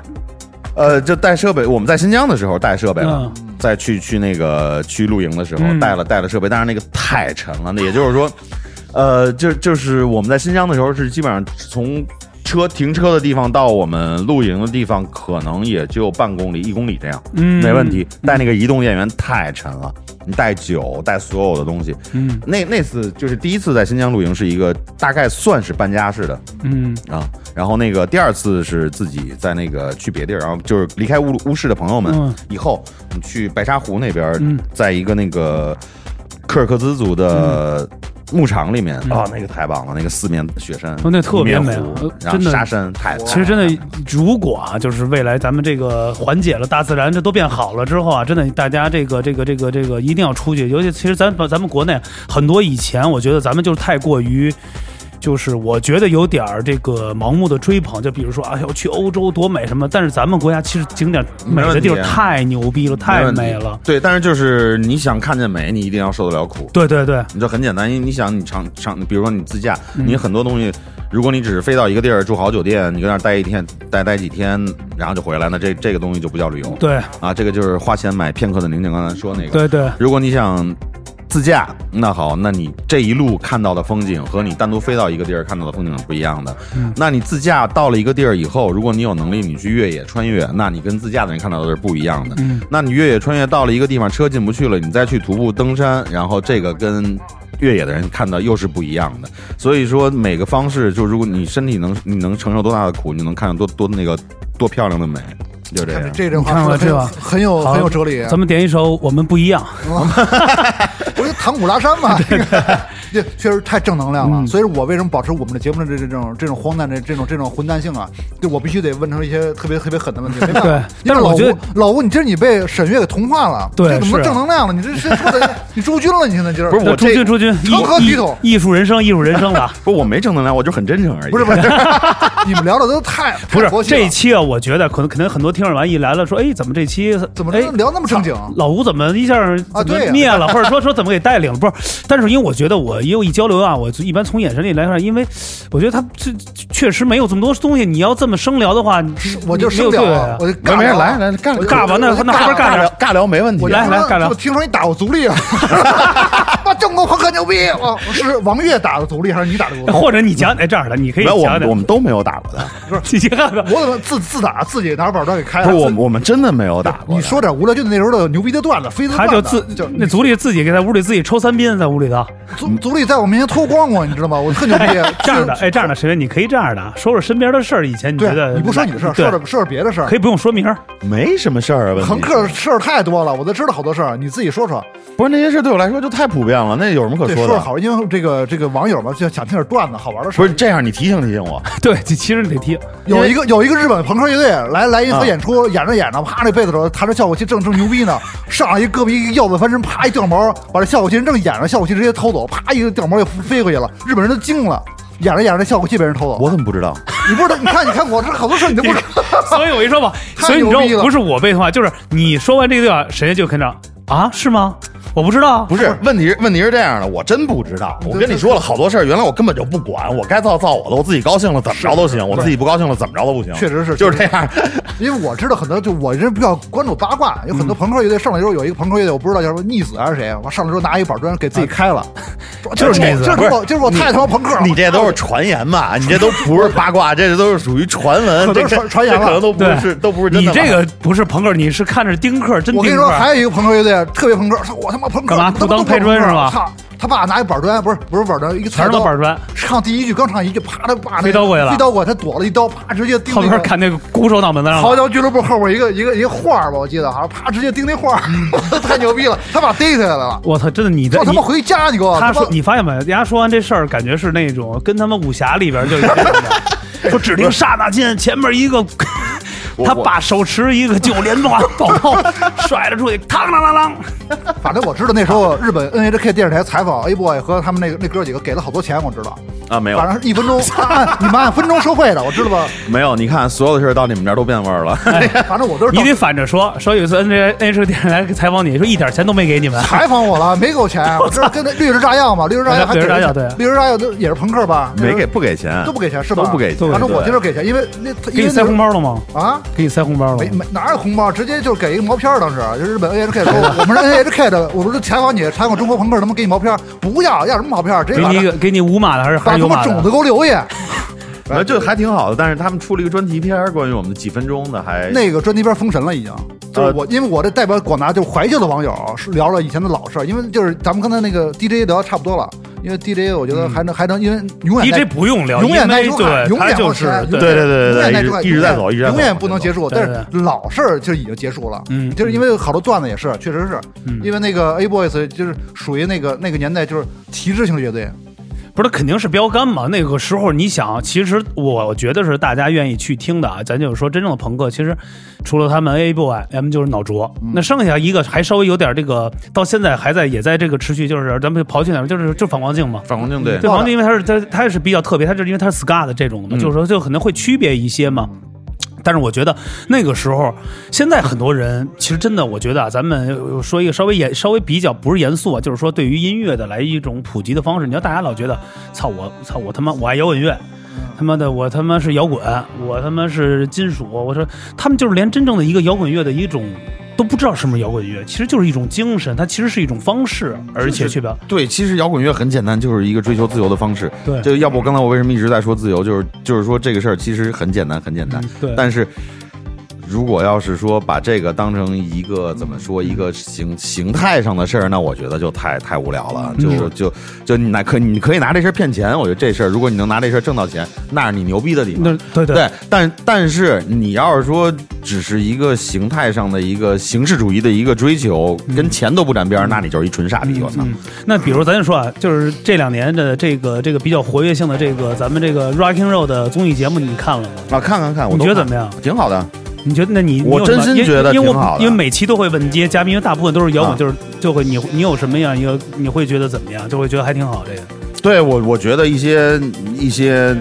Speaker 3: 呃，就带设备。我们在新疆的时候带设备了，
Speaker 1: 嗯
Speaker 3: 再去去那个去露营的时候
Speaker 2: 嗯
Speaker 3: 带了带了设备，但是那个太沉了。那也就是说，呃，就就是我们在新疆的时候是基本上从车停车的地方到我们露营的地方，可能也就半公里一公里这样，
Speaker 2: 嗯，
Speaker 3: 没问题。带那个移动电源太沉了，你带酒带所有的东西。
Speaker 2: 嗯
Speaker 3: 那那次就是第一次在新疆露营，是一个大概算是搬家式的，
Speaker 2: 嗯
Speaker 3: 啊，然后那个第二次是自己在那个去别地儿，然后就是离开乌鲁乌市的朋友们、
Speaker 2: 嗯
Speaker 3: 以后，我们去白沙湖那边，
Speaker 2: 嗯
Speaker 3: 在一个那个柯尔克孜族的牧场里面啊、那个太棒了，那个四面雪山，
Speaker 2: 嗯哦那特别
Speaker 3: 一面
Speaker 2: 美
Speaker 3: 湖
Speaker 2: 呃
Speaker 3: 然后
Speaker 2: 真的
Speaker 3: 沙山太，
Speaker 2: 其实真的，如果啊，就是未来咱们这个缓解了大自然，这都变好了之后啊，真的大家这个这个这个这个一定要出去。尤其其实咱把咱们国内很多以前，我觉得咱们就是太过于。就是我觉得有点儿这个盲目的追捧，就比如说，哎呦，去欧洲多美什么？但是咱们国家其实景点美的地
Speaker 3: 没
Speaker 2: 方
Speaker 3: 问题
Speaker 2: 太牛逼了，太
Speaker 3: 问题啊
Speaker 2: 美了。
Speaker 3: 对，但是就是你想看见美，你一定要受得了苦。
Speaker 2: 对对对，
Speaker 3: 你这很简单，因为你想你长长，比如说你自驾，
Speaker 2: 嗯
Speaker 3: 你很多东西，如果你只是飞到一个地儿住好酒店，你搁那儿待一天，待待几天，然后就回来，那这这个东西就不叫旅游。
Speaker 2: 对
Speaker 3: 啊，这个就是花钱买片刻的宁静，刚才说那个。
Speaker 2: 对对，
Speaker 3: 如果你想自驾，那好，那你这一路看到的风景和你单独飞到一个地儿看到的风景是不一样的。
Speaker 2: 嗯
Speaker 3: 那你自驾到了一个地儿以后，如果你有能力，你去越野穿越，那你跟自驾的人看到的是不一样的。
Speaker 2: 嗯
Speaker 3: 那你越野穿越到了一个地方，车进不去了，你再去徒步登山，然后这个跟越野的人看到又是不一样的。所以说，每个方式就如果你身体能你能承受多大的苦，你能看到多多那个多漂亮的美，就这
Speaker 1: 看
Speaker 3: 样。
Speaker 1: 这这句话
Speaker 2: 你看
Speaker 1: 说的
Speaker 2: 吧
Speaker 1: 很
Speaker 2: 这
Speaker 1: 有
Speaker 2: 吧
Speaker 1: 很有
Speaker 2: 好
Speaker 1: 哦很有哲理。
Speaker 2: 咱们点一首《我们不一样》。
Speaker 1: 我就唐古拉山 嘛，这个这确实太正能量了。
Speaker 2: 嗯
Speaker 1: 所以我为什么保持我们的节目的这这这种这种荒诞的这种这种混蛋性啊？就我必须得问出一些特别特别狠的问题。没办法
Speaker 2: 对
Speaker 1: 因
Speaker 2: 但
Speaker 1: 为
Speaker 2: 是
Speaker 1: 老
Speaker 2: 我觉
Speaker 1: 吴
Speaker 2: 得
Speaker 1: 老吴，你这是你被沈月给同化了，
Speaker 2: 对
Speaker 1: 这怎么
Speaker 2: 是啊
Speaker 1: 正能量了？你这是说 的你驻军了？你现在今儿
Speaker 3: 不是我
Speaker 2: 朱
Speaker 3: 这
Speaker 2: 军朱军，
Speaker 1: 成何体
Speaker 2: 艺
Speaker 1: 统
Speaker 2: 艺艺术人生，艺术人生吧。
Speaker 3: 不，我没正能量，我就很真诚而已。
Speaker 1: 不是 不是，你们聊的都太
Speaker 2: 不
Speaker 1: 太佛
Speaker 2: 是
Speaker 1: 系了
Speaker 2: 这一期啊，我觉得可能可能很多听众完一来了，说哎，怎么这期
Speaker 1: 怎么
Speaker 2: 哎
Speaker 1: 聊那么正经？
Speaker 2: 老吴怎么一下
Speaker 1: 啊
Speaker 2: 怎么
Speaker 1: 对呀
Speaker 2: 灭了，或者说说怎么给带领了？不是，但是因为我觉得我也有一交流啊，我一般从眼神里来看，因为我觉得他这确实没有这么多东西，你要这么生聊的话，你
Speaker 1: 我就
Speaker 2: 你没
Speaker 1: 生
Speaker 2: 有
Speaker 1: 聊
Speaker 2: 对
Speaker 1: 啊
Speaker 2: 啊，
Speaker 1: 我就
Speaker 3: 没
Speaker 1: 尬
Speaker 3: 没事，
Speaker 1: 聊啊
Speaker 3: 来。来干
Speaker 2: 我尬吧那那
Speaker 1: 后边
Speaker 2: 尬聊
Speaker 3: 尬聊没问题。啊
Speaker 1: 我
Speaker 2: 来
Speaker 1: 听
Speaker 2: 来
Speaker 1: 说
Speaker 2: 干聊
Speaker 1: 我听说你打过足 力啊！妈，中国朋克牛逼！我是王越打的足力，还是你打的足力？
Speaker 2: 或者你讲哎这样的，你可以
Speaker 3: 没有，我
Speaker 2: 讲
Speaker 3: 们我
Speaker 2: 讲，
Speaker 3: 们都没有打 过的，
Speaker 2: 你先看看。
Speaker 1: 我怎么自自打自己拿板砖给开
Speaker 3: 不
Speaker 1: 了？
Speaker 3: 是我们我们真的没有打过的。
Speaker 1: 哎你说点无聊，就那时候的牛逼的段子，非得
Speaker 2: 他就自
Speaker 1: 就
Speaker 2: 那组里自己给在屋里自己抽三鞭，在屋 里头
Speaker 1: 足足力在我面前脱光过，你知道吗？我特牛逼。
Speaker 2: 这样的哎，这样的，沈月，你可以这样的啊说说身边的事儿。以前你觉
Speaker 1: 对，
Speaker 2: 得
Speaker 1: 你不说你的事儿，
Speaker 2: 对
Speaker 1: 说点说点别的事儿
Speaker 2: 可。以不用说明儿，
Speaker 3: 没什么事儿啊，问题
Speaker 1: 朋克事儿太多了，我都知道好多事儿，你自己说说。
Speaker 3: 不是那些事儿对我来说就太普遍了，那有什么可
Speaker 1: 对，
Speaker 3: 说
Speaker 1: 说
Speaker 3: 的
Speaker 1: 的？好，因为这个这个网友嘛，就想听点段子，好玩的事
Speaker 3: 不
Speaker 1: 儿
Speaker 3: 是。这样，你提醒提醒我。
Speaker 2: 对，其其实你得听，
Speaker 1: 有一个有一个日本朋克乐队来来
Speaker 2: 啊
Speaker 1: 银河演出，演着演着，啪那贝斯手弹着效果器正正牛逼呢，上来一胳膊一个鹞子翻身，啪一掉毛，把这效果器正演着，效果器直接偷走，啪一个掉毛又飞回去了，日本人都惊了。演着演着，效果器被人偷走。
Speaker 3: 我怎么不知道？
Speaker 1: 你不知道？你看，你看，我这好多事儿你都不知道。
Speaker 2: 所以我一说吧，
Speaker 1: 太
Speaker 2: 所以你知
Speaker 1: 牛逼了
Speaker 2: 道不是我被的话，就是你说完这个地方，沈月就跟着啊，是吗？我不知道啊，
Speaker 3: 不是，问题是问题是这样的，我真不知道。我跟你说了好多事儿，原来我根本就不管，我该造造我的，我自己高兴了怎么着都行，我自己不高兴了怎么着都不行。
Speaker 1: 确实是
Speaker 3: 就是这样。
Speaker 1: 因为我知道很多，就我人比较关注八卦，有很
Speaker 2: 嗯
Speaker 1: 多朋克乐队上来之后，有一个朋克乐队，我不知道叫什么溺死还是谁，啊完上来之后拿一板砖给自己
Speaker 2: 啊
Speaker 1: 开 了，就是
Speaker 3: 这
Speaker 1: 我，这是
Speaker 3: 不
Speaker 1: 我，这是我太他妈朋克了。
Speaker 3: 你这都是传 言吧？你这都不是八卦，这都是属于传闻，
Speaker 1: 可
Speaker 3: 这
Speaker 1: 都是传传言
Speaker 3: 这可能
Speaker 1: 了
Speaker 3: 都不
Speaker 2: 对
Speaker 3: 是，都不是真
Speaker 2: 你
Speaker 3: 的吧。
Speaker 2: 这个不是朋克，你是看着丁克，真
Speaker 1: 我跟
Speaker 2: 丁
Speaker 1: 你
Speaker 2: 克
Speaker 1: 说，。还有一个朋克乐队特别朋克，说我他妈朋克，
Speaker 2: 干嘛
Speaker 1: 他妈都
Speaker 2: 裤裆配砖是吧
Speaker 1: 操，他爸拿一板砖，不是不是板砖，一个
Speaker 2: 全
Speaker 1: 菜
Speaker 2: 是
Speaker 1: 刀
Speaker 2: 那板砖，
Speaker 1: 唱第一句刚唱一句，啪，他爸那个
Speaker 2: 飞刀过去了
Speaker 1: 飞刀过去，他躲了一刀，啪，直接钉
Speaker 2: 后
Speaker 1: 那
Speaker 2: 边
Speaker 1: 个
Speaker 2: 看那个鼓手脑门子上
Speaker 1: 豪
Speaker 2: 了，
Speaker 1: 强俱乐部后边一个一个一个画儿吧，我记得好像啪，直接钉那画儿， 太牛逼了，他爸逮起来了，
Speaker 2: 我操，真的你的
Speaker 1: 说他
Speaker 2: 嗯你
Speaker 1: 妈回家你给我，
Speaker 2: 他
Speaker 1: 妈
Speaker 2: 说：“你发现没？人家说完这事儿，感觉是那种跟他们武侠里边就有这种 的，说只听刹那间，前面一个
Speaker 3: 我
Speaker 2: 他爸手持一个九连环宝刀 甩了出去，嘡啷啷啷。
Speaker 1: 反正我知道那时候日本 NHK 电视台采访 A boy 和他们那个那哥几个给了好多钱，我知道
Speaker 3: 啊，没有
Speaker 1: 反正是一分钟， 按你们按分钟收费的，我知道 吧？
Speaker 3: 没有，你看所有的事儿到你们这儿都变味儿了。
Speaker 1: 反正我都是
Speaker 2: 哎你得反着说，说有一次 N J N 是电视台采访你，说一点钱都没给你们，
Speaker 1: 采访我了，没给我 钱，我这跟那绿植炸药嘛，绿植炸药还给
Speaker 2: 绿植炸药对
Speaker 1: 绿植炸药都也是朋克吧？
Speaker 3: 没给不给钱
Speaker 1: 都不给钱是吧？
Speaker 3: 都不给钱，
Speaker 1: 反正我
Speaker 3: 对
Speaker 1: 就是给钱，因为那他因
Speaker 2: 给你
Speaker 1: 为
Speaker 2: 塞
Speaker 1: 那
Speaker 2: 红包哦了吗？
Speaker 1: 啊。
Speaker 2: 给你塞红包了
Speaker 1: 没
Speaker 2: 吗？
Speaker 1: 没哪有红包，直接就给一个毛片儿。当时就是日本 NHK 说，我们是 NHK 的，我们是采访你，采访中国朋克，他妈给你毛片儿，不要，要什么毛片儿？直接
Speaker 2: 给
Speaker 1: 把
Speaker 2: 你一个给你五码的还是还
Speaker 1: 把
Speaker 2: 是
Speaker 1: 他
Speaker 2: 有
Speaker 1: 妈
Speaker 2: 码
Speaker 1: 种
Speaker 2: 的？
Speaker 1: 子给我留下。
Speaker 3: 反正就还挺好的。但是他们出了一个专题片儿，关于我们的几分钟的，还呃
Speaker 1: 那个专题片封神了，已经。就是我，因为我这代表广大就怀旧的网友是聊了以前的老事儿，因为就是咱们刚才那个 DJ 聊得差不多了，因为 DJ 我觉得
Speaker 3: 嗯
Speaker 1: 还能还能，因为永远
Speaker 2: DJ
Speaker 1: 在
Speaker 2: 不用聊，
Speaker 1: 永远
Speaker 2: 因
Speaker 1: 耐
Speaker 2: 为
Speaker 1: 出
Speaker 2: 对
Speaker 1: 汗，，永
Speaker 2: 他
Speaker 1: 远
Speaker 2: 就
Speaker 1: 往
Speaker 2: 是
Speaker 1: 前
Speaker 3: 对
Speaker 2: 对
Speaker 3: 对对
Speaker 1: 永
Speaker 3: 对
Speaker 1: 远耐
Speaker 3: 对
Speaker 1: 出汗，
Speaker 3: 一直一直在走，一直在走，
Speaker 1: 永远不能结
Speaker 3: 束。
Speaker 1: 束。
Speaker 2: 对
Speaker 1: 但
Speaker 2: 对
Speaker 1: 是老事儿就已经结束了，
Speaker 2: 嗯
Speaker 1: 就是因为好多段子也是，确实是
Speaker 2: 嗯
Speaker 1: 因为那个 A Boys 就是属于那个那个年代就是旗帜性的乐队，
Speaker 2: 不是，肯定是标杆嘛。那个时候，你想，其实我觉得是大家愿意去听的啊。咱就是说，真正的朋克，其实除了他们 A boy M 就是脑浊，
Speaker 1: 嗯
Speaker 2: 那剩下一个还稍微有点这个，到现在还在也在这个持续，就是咱们刨去点，就是就是反光镜嘛。
Speaker 3: 反光镜对
Speaker 2: 对，
Speaker 1: 好的
Speaker 2: 反光镜因为它是它它也是比较特别，它就是因为它是 ska 的这种的嘛，
Speaker 3: 嗯
Speaker 2: 就是说就可能会区别一些嘛。但是我觉得那个时候，现在很多人其实真的，我觉得啊，咱们呃说一个稍微严、稍微比较不是严肃啊，就是说对于音乐的来一种普及的方式。你要大家老觉得，操我操我他妈我爱摇滚乐，他妈的我他妈是摇滚，我他妈是金属，我说他们就是连真正的一个摇滚乐的一种都不知道什么是摇滚乐，其实就是一种精神，它其实是一种方式，而且去表
Speaker 3: 对，其实摇滚乐很简单，就是一个追求自由的方式。
Speaker 2: 对
Speaker 3: 就要不刚才我为什么一直在说自由，就是就是说这个事儿其实很简单，很简单。
Speaker 2: 对
Speaker 3: 但是如果要是说把这个当成一个怎么说一个形形态上的事儿，那我觉得就太太无聊了。就、就就你拿可你可以拿这事儿骗钱，我觉得这事儿如果你能拿这事儿挣到钱，那是你牛逼的地方。
Speaker 2: 那对对
Speaker 3: 对，但但是你要是说只是一个形态上的一个形式主义的一个追求，跟钱都不沾边儿，那你就是一纯傻逼，我操！
Speaker 2: 嗯，那比如咱就说啊，就是这两年的这个这个比较活跃性的这个咱们这个 Rocking Roll 的综艺节目，你看了吗？
Speaker 3: 啊，看看看，我
Speaker 2: 你
Speaker 3: 都
Speaker 2: 觉得
Speaker 3: 看
Speaker 2: 怎么样？
Speaker 3: 挺好的，
Speaker 2: 你觉得那你
Speaker 3: 我
Speaker 2: 你有什么
Speaker 3: 真心
Speaker 2: 因为
Speaker 3: 觉得
Speaker 2: 因为
Speaker 3: 挺好
Speaker 2: 我
Speaker 3: 的
Speaker 2: 因为每期都会问接嘉宾，因为大部分都是摇滚，
Speaker 3: 啊
Speaker 2: 就是就会你你有什么样一个你会觉得怎么样，就会觉得还挺好这个。
Speaker 3: 对我我觉得一些一些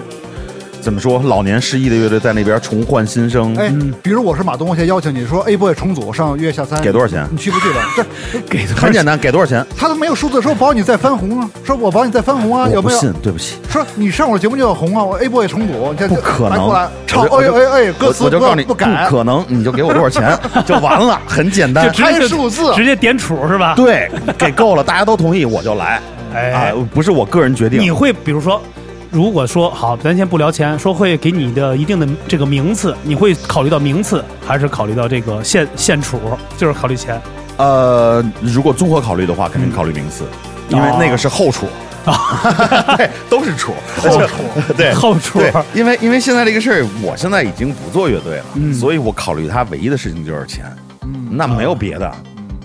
Speaker 3: 怎么说，老年失忆的乐队在那边重焕新生，
Speaker 1: 哎
Speaker 2: 嗯，
Speaker 1: 比如我是马东，我现在邀请你说 A Boy 重组上月下三，
Speaker 3: 给多少 钱？
Speaker 1: 你去不去 吧？这
Speaker 2: 给多少
Speaker 3: 很简单，给多少钱？
Speaker 1: 他都没有数字，说我保你再翻红啊，说我保你再翻红啊，
Speaker 3: 我
Speaker 1: 有
Speaker 3: 不
Speaker 1: 没有？
Speaker 3: 信，对不起，
Speaker 1: 说你上我节目就要红啊，我 A boy 重组，你这
Speaker 3: 不可能
Speaker 1: 过来，唱
Speaker 3: 我
Speaker 1: 哎
Speaker 3: 就
Speaker 1: 哎哎，歌
Speaker 3: 我
Speaker 1: 词
Speaker 3: 我就
Speaker 1: 不
Speaker 3: 告诉你，
Speaker 1: 不改，
Speaker 3: 可能，你就给我多少 钱就完了，很简单
Speaker 2: 就。直
Speaker 1: 还
Speaker 2: 接
Speaker 1: 有数字
Speaker 2: 直接点杵是吧？
Speaker 3: 对，给够了，大家都同意我就来啊
Speaker 2: 哎，，
Speaker 3: 不是我个人决定。
Speaker 2: 你会比如说。如果说好，咱先不聊钱，说会给你的一定的这个名次，你会考虑到名次，还是考虑到这个现现处，就是考虑钱？
Speaker 3: 呃，如果综合考虑的话，肯定考虑名次，因为那个是后厨啊， 对，都是厨，后厨， 对，
Speaker 2: 后厨
Speaker 3: 对，因为因为现在这个事儿，我现在已经不做乐队了，
Speaker 2: 嗯
Speaker 3: 所以我考虑它唯一的事情就是钱，
Speaker 1: 嗯，
Speaker 3: 那没有别的。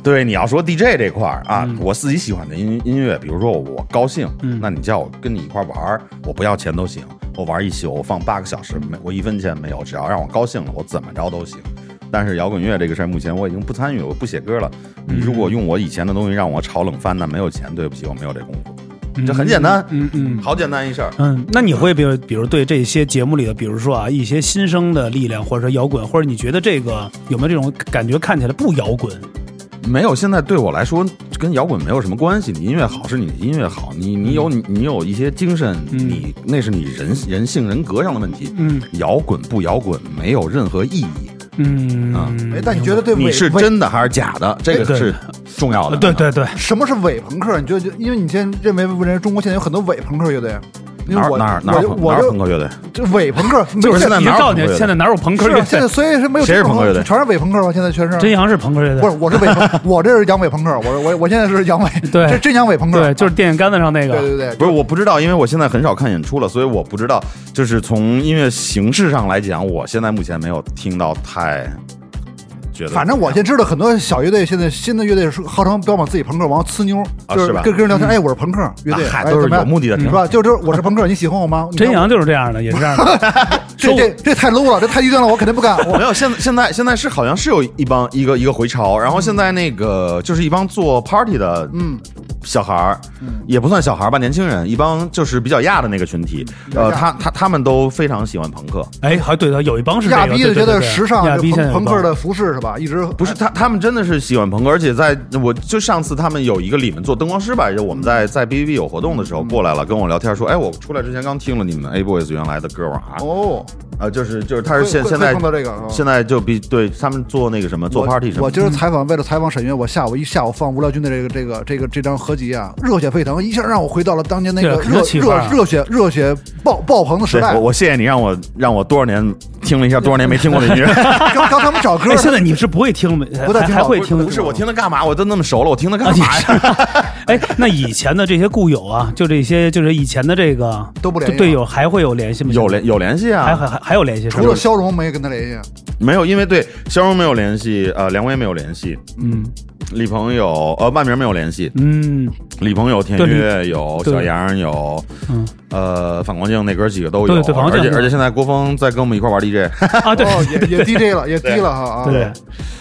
Speaker 3: 对，你要说 DJ 这块儿啊，
Speaker 2: 啊嗯
Speaker 3: 我自己喜欢的音音乐，比如说我高兴，
Speaker 2: 嗯
Speaker 3: 那你叫我跟你一块儿玩儿，我不要钱都行，我玩一宿，我放八个小时，没我一分钱没有，只要让我高兴了，我怎么着都行。但是摇滚乐这个事儿，目前我已经不参与了，我不写歌了。
Speaker 2: 嗯
Speaker 3: 你如果用我以前的东西让我炒冷饭，那没有钱，对不起，我没有这功夫。这很简单，
Speaker 2: 嗯嗯
Speaker 3: 好简单一事儿。
Speaker 2: 嗯，那你会比如比如对这些节目里的，比如说啊一些新生的力量，或者说摇滚，或者你觉得这个有没有这种感觉看起来不摇滚？
Speaker 3: 没有，现在对我来说跟摇滚没有什么关系。你音乐好是你的音乐好，你你
Speaker 1: 嗯
Speaker 3: 有你你有一些精神，你那是你人人性人格上的问题。
Speaker 2: 嗯
Speaker 3: 摇滚不摇滚没有任何意义，
Speaker 2: 嗯
Speaker 1: 哎，但你觉得对
Speaker 3: 你
Speaker 1: 伪
Speaker 3: 是
Speaker 1: 伪
Speaker 3: 真的还是假的，这个
Speaker 2: 对
Speaker 3: 是重要的。
Speaker 2: 哦对对对，
Speaker 1: 什么是伪朋克？你觉得就因为你现在认为人家中国现在有很多伪朋克乐队，因
Speaker 3: 哪
Speaker 1: 为
Speaker 3: 儿
Speaker 1: 我
Speaker 3: 哪儿哪
Speaker 1: 我就
Speaker 3: 儿哪
Speaker 1: 我
Speaker 3: 儿朋
Speaker 1: 就
Speaker 3: 克乐队？
Speaker 1: 这伪朋克
Speaker 3: 就是
Speaker 1: 没
Speaker 3: 现在
Speaker 2: 你
Speaker 3: 哪
Speaker 2: 就
Speaker 3: 有
Speaker 2: 告诉
Speaker 3: 朋克
Speaker 2: 你
Speaker 3: 乐队
Speaker 2: 现在哪有朋克乐
Speaker 1: 是现在
Speaker 2: 队？
Speaker 1: 所以是没有
Speaker 3: 谁是朋克乐队
Speaker 1: 全是伪朋克吗？现在全是
Speaker 2: 真阳是朋克乐
Speaker 1: 不
Speaker 2: 队
Speaker 1: 是，，我是伪朋，我这是洋伪朋克，我我我现在是洋伪，
Speaker 2: 对
Speaker 1: 这真洋伪朋克，
Speaker 2: 对，就是电线杆子上那
Speaker 1: 对
Speaker 2: 个。
Speaker 1: 对对，
Speaker 3: 不是，我不知道，因为我现在很少看演出了，所以我不知道。就是从音乐形式上来讲，我现在目前没有听到太觉得。
Speaker 1: 反正我现在知道很多小乐队，现在新的乐队是号称标榜自己朋克王，呲妞，
Speaker 3: 啊
Speaker 1: 就是是
Speaker 3: 吧
Speaker 1: 跟跟人聊天，哎，我是朋克乐队，
Speaker 3: 那嗨
Speaker 1: 哎
Speaker 3: 都是
Speaker 1: 怎么样
Speaker 3: 有目的的挺
Speaker 1: 是
Speaker 3: 好
Speaker 1: 吧？就是我是朋克，你喜欢我吗？你看
Speaker 2: 真阳就是这样的，也是这样 的。
Speaker 1: 这
Speaker 2: 说
Speaker 1: 这这太 low 了，这太低端了，我肯定不干。我
Speaker 3: 没有，现在现在现在是好像是有一帮一个一个回潮，然后现在那个就是一帮做 party 的，
Speaker 1: 嗯，
Speaker 3: 小孩儿，
Speaker 1: 嗯
Speaker 3: 也不算小孩儿吧，年轻人，一帮就是比较亚的那个群体，
Speaker 1: 嗯
Speaker 3: 呃，他他他们都非常喜欢朋克，
Speaker 2: 哎，还对的，有一帮是这个
Speaker 1: 亚逼的
Speaker 2: 对对
Speaker 1: 觉
Speaker 2: 对
Speaker 1: 得
Speaker 2: 对
Speaker 1: 时尚，
Speaker 2: 亚
Speaker 1: 这
Speaker 2: 逼现在
Speaker 1: 朋
Speaker 2: 有
Speaker 1: 朋
Speaker 2: 帮
Speaker 1: 克的服饰是吧？一直
Speaker 3: 不是他，他们真的是喜欢朋克，而且在我就上次他们有一个里面做灯光师吧，就我们
Speaker 1: 嗯
Speaker 3: 在在 B B B 有活动的时候过来了，跟我聊天说，哎，我出来之前刚听了你们 A Boys 原来的歌啊，
Speaker 1: 哦，
Speaker 3: 啊，就是就是他是
Speaker 1: 会
Speaker 3: 现
Speaker 1: 会
Speaker 3: 现在
Speaker 1: 会碰到这个啊
Speaker 3: 现在就比对他们做那个什么做
Speaker 1: 我
Speaker 3: party 什么
Speaker 1: 我，今儿采访，为了采访沈月，我下午一下午放无聊军的这个这个这个这张合集啊，热血沸腾，一下让我回到了当年那个
Speaker 2: 对肯定
Speaker 1: 热
Speaker 2: 起范儿
Speaker 1: 热
Speaker 2: 啊
Speaker 1: 热血热血爆爆棚的时
Speaker 3: 对
Speaker 1: 代
Speaker 3: 我。我谢谢你让我让我多少年听了一下多少年没听过的音 乐，
Speaker 1: 刚刚他们找歌
Speaker 2: 哎，，现在你是不会听没？
Speaker 1: 不太
Speaker 2: 还
Speaker 1: 听
Speaker 2: 还
Speaker 1: 老
Speaker 2: 会
Speaker 1: 不
Speaker 2: 听？
Speaker 3: 不是我听它啊干嘛？我都那么熟了，我听它干嘛呀？
Speaker 2: 哎，那以前的这些故友啊，就这些，就是以前的这个
Speaker 1: 都不联系
Speaker 2: 队友还会有联系吗？
Speaker 3: 有联有联系
Speaker 2: 还
Speaker 3: 啊？
Speaker 2: 还还还有联系是吧？
Speaker 1: 除了肖荣没跟他联系，啊
Speaker 3: 没有，因为对肖荣没有联系，呃，梁威没有联系，
Speaker 2: 嗯
Speaker 3: 李鹏有，呃，万明没有联系，
Speaker 2: 嗯
Speaker 3: 李鹏有，田
Speaker 2: 对李
Speaker 3: 悦有，
Speaker 2: 对
Speaker 3: 小杨有，
Speaker 2: 嗯
Speaker 3: 呃，反光镜那哥几个都有，
Speaker 2: 对对反光镜
Speaker 3: 而且
Speaker 2: 对
Speaker 3: 而且现在郭峰在跟我们一块玩 DJ，
Speaker 2: 啊，对
Speaker 1: 哦，也也 DJ 了，也 D 了哈啊。
Speaker 2: 对，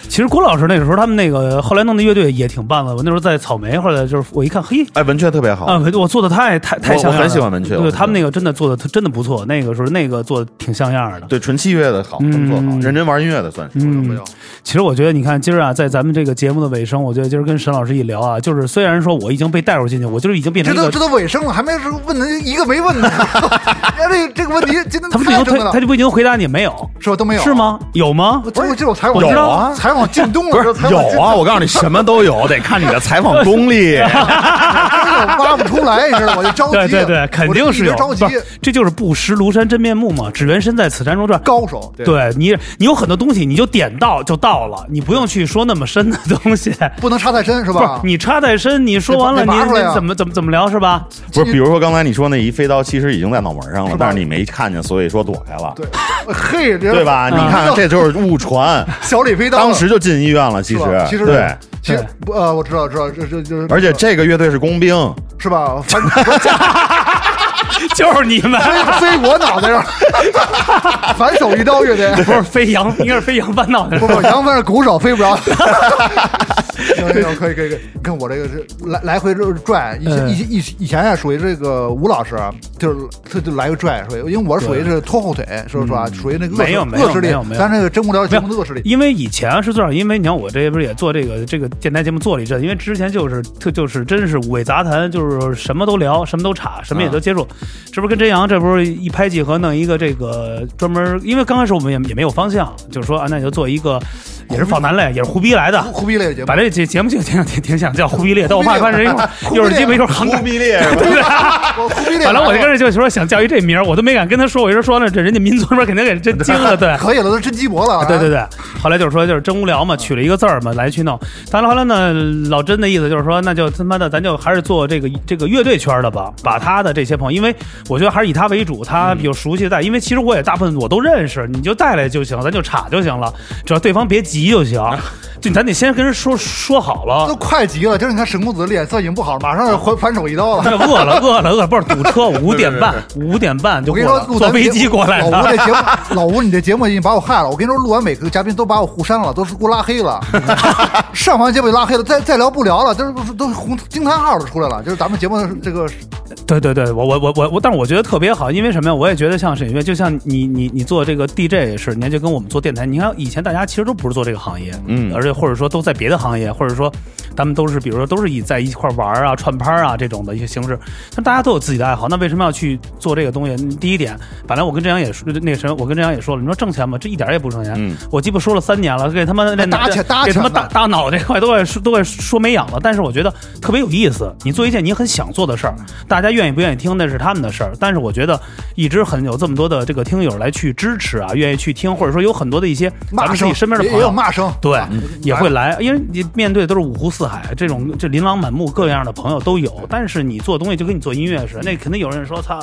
Speaker 2: 其实郭老师那时候他们那个后来弄的乐队也挺棒的。我那时候在草莓，后来就是我一看，嘿。
Speaker 3: 哎，文雀特别好，
Speaker 1: 哦
Speaker 2: 啊，我做的太太太
Speaker 3: 我
Speaker 2: 像样了
Speaker 3: 我很喜欢文雀我
Speaker 2: 对
Speaker 3: 很
Speaker 2: 他们那个真的做的真的不错，那个时候那个做的挺像样的。
Speaker 3: 对，纯器乐的好，他们做得好，
Speaker 2: 嗯
Speaker 3: 认真玩音乐的算是。
Speaker 2: 嗯，其实我觉得，你看今儿啊，在咱们这个节目的尾声，我觉得今儿跟沈老师一聊啊，就是虽然说我已经被带入进去，我就是已经变成
Speaker 1: 这
Speaker 2: 一
Speaker 1: 都
Speaker 2: 个
Speaker 1: 这都尾声了，还没问呢，一个没问呢。 哎，这这个问题今天
Speaker 2: 他不
Speaker 1: 太
Speaker 2: 就已
Speaker 1: 深
Speaker 2: 经
Speaker 1: 刻
Speaker 2: 他他
Speaker 1: 了，
Speaker 2: 就不已经回答你没有
Speaker 1: 是吧？都没有啊
Speaker 2: 是？吗？有吗
Speaker 1: 我？这我记得我采访
Speaker 3: 有啊
Speaker 1: 采访靳东的
Speaker 3: 不
Speaker 1: 时
Speaker 3: 是
Speaker 1: 候，采访靳
Speaker 3: 有啊，我告诉你，什么都有，得看你的采访功 力。
Speaker 1: 真的我挖不出来，你知道，我就着急。
Speaker 2: 对对对，肯定是有，
Speaker 1: 我就一直着急
Speaker 2: 不是。这就是不识庐山真面目嘛，只缘身在此山中转。
Speaker 1: 高手，
Speaker 2: 对你，你有很多东西，你就点到就到了，你不用去说那么深的东西。
Speaker 1: 不能插太深是
Speaker 2: 不是
Speaker 1: 吧？
Speaker 2: 你插太深，你说完了，
Speaker 1: 得拔
Speaker 2: 你
Speaker 1: 得拔出来啊
Speaker 2: 你怎么怎么怎么聊是吧？
Speaker 3: 不是，比如说刚才你说那一飞刀，其实已经在脑门上了
Speaker 1: 是吧，
Speaker 3: 但是你没看见，所以说躲开了，
Speaker 1: 对，嘿，这
Speaker 3: 对吧？你看看，这就是误 传，
Speaker 1: 小李飞刀啊
Speaker 3: 当时就进医院了。其
Speaker 1: 是
Speaker 3: 实
Speaker 1: 吧，其实
Speaker 3: 对，
Speaker 1: 其实不呃，我知道，知道，这这这，
Speaker 3: 而且这个乐队是工兵，
Speaker 1: 是吧？反 正
Speaker 2: 就是你们
Speaker 1: 所以我脑袋上 反手一刀乐队，
Speaker 2: 不是飞扬，应该是飞扬半脑袋
Speaker 1: 不。 不，杨帆是鼓手，飞不着。行行行，可以可以可以，你看我这个是来来回就是拽，以前
Speaker 2: 嗯
Speaker 1: 以前以前以前啊，属于这个吴老师啊，就是他就来回拽，属于因为我是属于是拖后腿，说实话，属于那个恶势
Speaker 2: 嗯没有没有
Speaker 1: 恶势力
Speaker 2: 没有没，有
Speaker 1: 咱这个真无聊节目
Speaker 2: 没
Speaker 1: 的恶势力，
Speaker 2: 因为以前啊是这样，因为你看我这不是也做这个这个电台节目做了一阵，因为之前就是特就是真是五味杂谈，就是什么都聊，什么都查，什么也都接触。这不是跟真阳这不是一拍即合，弄一个这个专门，因为刚开始我们也也没有方向，就是说啊，那你就做一个也是访谈类，也是胡逼来的。
Speaker 1: 胡胡逼类的节目
Speaker 2: 本。来这节节目就挺挺挺想叫胡逼列，但我怕看人一 会儿一会儿鸡巴一会儿行
Speaker 3: 忽必烈是 吧
Speaker 1: 我忽必烈
Speaker 2: 本来我就
Speaker 1: 来
Speaker 2: 跟人就说想叫一这名儿，我都没敢跟他说，我一直说呢，这人家民族那边肯定给真惊了，对
Speaker 1: 了。 可以了，都真鸡脖了。
Speaker 2: 对对对，后来就是说就是真无聊
Speaker 1: 嗯
Speaker 2: 嘛，取了一个字儿嘛来去弄。当然后来呢，老真的意思就是说，那就他妈的咱就还是做这个这个乐队圈的吧，把他的这些朋友，因为我觉得还是以他为主，他有熟悉的带，因为其实我也大部分我都认识，你就带来就行，咱就插就行了，只要对方别急就行。
Speaker 1: 啊
Speaker 2: 就咱得先跟人说说好 了，
Speaker 1: 都快急了，就是你看沈公子脸色已经不好了，马上就还反手一刀了。
Speaker 2: 饿了，饿了，饿了，不是堵车，五点半，五点半就
Speaker 1: 我
Speaker 2: 过
Speaker 1: 跟你说
Speaker 2: 了，，
Speaker 1: 录
Speaker 2: 坐
Speaker 1: 咱
Speaker 2: 飞机
Speaker 1: 节目
Speaker 2: 过来
Speaker 1: 老吴
Speaker 2: 的。
Speaker 1: 这节 目，老吴你这节目已经把我害了。我跟你说，录完每个嘉宾都把我互删了，都是给我拉黑 了。 上完节目就拉黑了，再再聊不聊了，都是都是红惊叹号都出来了。就是咱们节目这个
Speaker 2: 对对对，我我我我我，但是我觉得特别好，因为什么呀？我也觉得像沈月，就像你你你做这个 DJ 也是，你看就跟我们做电台，你看以前大家其实都不是做这个行业，
Speaker 3: 嗯
Speaker 2: 而且或者说都在别的行业，或者说咱们都是比如说都是以在一块玩儿啊、串拍儿啊这种的一些形式，但大家都有自己的爱好，那为什么要去做这个东西？嗯第一点，本来我跟郑阳也说，那个什么，我跟郑阳也说了，你说挣钱吗？这一点儿也不挣钱，
Speaker 3: 嗯
Speaker 2: 我鸡巴说了三年了，给他妈这
Speaker 1: 搭起搭起
Speaker 2: 给他妈
Speaker 1: 来
Speaker 2: 大
Speaker 1: 了
Speaker 2: 大脑这块都快说都快说没氧了。但是我觉得特别有意思，你做一件你很想做的事儿，大家愿意不愿意听那是他们的事儿。但是我觉得一直很有这么多的这个听友来去支持啊，愿意去听，或者说有很多的一些咱
Speaker 1: 骂
Speaker 2: 们自己
Speaker 1: 声，
Speaker 2: 身边的
Speaker 1: 也
Speaker 2: 朋
Speaker 1: 也有
Speaker 2: 友。
Speaker 1: 骂声，
Speaker 2: 对
Speaker 1: 啊，
Speaker 2: 也会来，因为你面对都是五湖四海这种，这琳琅满目各样的朋友都有。但是你做东西就跟你做音乐似的，那肯定有人说，操，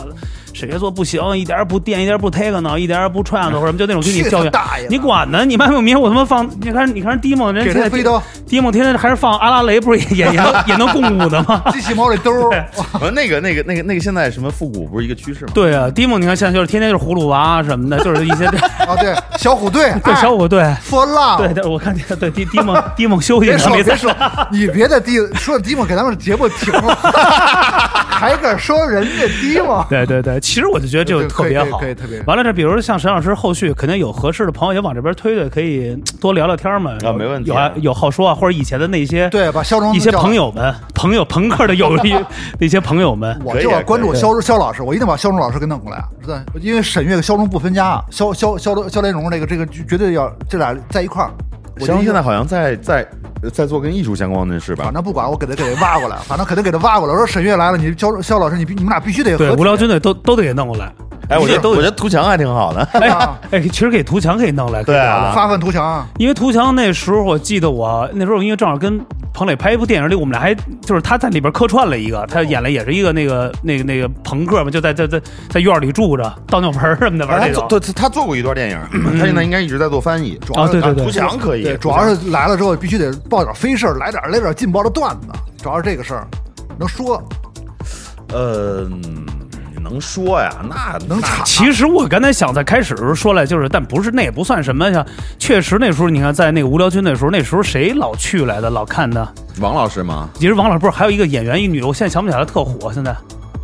Speaker 2: 水蝎座不行，一点儿也不电，一点儿也不 take 呢，一点儿也不 t r a n 或者什么，就那种给你
Speaker 1: 去
Speaker 2: 教
Speaker 1: 他
Speaker 2: 育。啊
Speaker 1: 大爷的！
Speaker 2: 你管呢？你妈有明天我他妈放，你看你看人 Dimo 人
Speaker 1: 给
Speaker 2: 现
Speaker 1: 他
Speaker 2: 在
Speaker 1: 飞刀，
Speaker 2: Dimo 天天还是放阿拉蕾，不是也也也 能也能共舞的吗？
Speaker 1: 机器猫这兜儿，
Speaker 3: 呃那个那个那个那个现在什么复古不是一个趋势吗？
Speaker 2: 对啊，Dimo 你看现在就是天天就是葫芦娃啊什么的，就是一 些
Speaker 1: 啊，对，小虎队， 啊
Speaker 2: 对小
Speaker 1: 虎
Speaker 2: 虎队。
Speaker 1: ，For Love，
Speaker 2: 对，对我看见对迪迪蒙迪蒙休息
Speaker 1: 哎别
Speaker 2: 呢，
Speaker 1: 说
Speaker 2: 没
Speaker 1: 别
Speaker 2: 在
Speaker 1: 说，你别在地说迪蒙给咱们节目停了，还敢说人家迪蒙？
Speaker 2: 对对对，其实我就觉得这个特别
Speaker 1: 可以，可
Speaker 2: 好
Speaker 1: 以可以特别好
Speaker 2: 完了这，比如像沈老师后续肯定有合适的朋友也往这边推推，可以多聊聊天嘛。
Speaker 3: 啊没问题
Speaker 2: 有
Speaker 3: 啊
Speaker 2: 有好说啊，或者以前的那些
Speaker 1: 对，把肖忠
Speaker 2: 一些
Speaker 1: 叫
Speaker 2: 朋，友们、朋友朋克的友 谊那些朋友们，
Speaker 1: 我
Speaker 3: 可以
Speaker 1: 就
Speaker 3: 啊
Speaker 1: 要关注
Speaker 3: 可以
Speaker 1: 肖肖老师，我一定把肖忠老师给弄过来。对，因为沈月跟肖忠不分家啊，肖肖肖肖连荣这个这个绝对要这俩在一块儿。我就
Speaker 3: 肖龙现在好像在在在做跟艺术相关的事吧
Speaker 1: 反？正不管，我给他给他挖过来，反正肯定给他挖过来。我说沈月来了，你肖肖老师，你必你们俩必须得
Speaker 2: 对
Speaker 1: 合
Speaker 2: 无聊军队都都得给弄过来。
Speaker 3: 哎，我觉得
Speaker 2: 都
Speaker 3: 我觉得图强还挺 好的。
Speaker 2: 哎
Speaker 1: 啊
Speaker 2: 哎，其实给图强可以弄来，可以
Speaker 3: 对啊
Speaker 2: 聊聊
Speaker 1: 发愤图强。
Speaker 2: 因为涂强那时候，我记得我那时候因为正好跟彭磊拍一部电影里，我们俩还就是他在里边客串了一个，他演了也是一个那个那个那个朋克嘛，就在在在在院里住着倒尿盆儿什么的玩
Speaker 3: 他
Speaker 2: 那
Speaker 3: 做
Speaker 2: 种。
Speaker 3: 对他他做过一段电影， 他现在应该一直在做翻译。
Speaker 1: 主要是
Speaker 2: 啊对对对
Speaker 3: 图强可以
Speaker 1: 对，，主要是来了之后必须得报点非事儿，来点来点劲爆的段子，主要是这个事儿，能说
Speaker 3: 呃，嗯能说呀，那
Speaker 1: 能
Speaker 3: 那
Speaker 1: 插。
Speaker 2: 其实我刚才想在开始的时候说来，就是但不是那也不算什么，像确实那时候你看在那个无聊军的时候，那时候谁老去来的老看的，
Speaker 3: 王老师吗？
Speaker 2: 其实王老师不是还有一个演员一女的，我现在想不起来了，特火现在。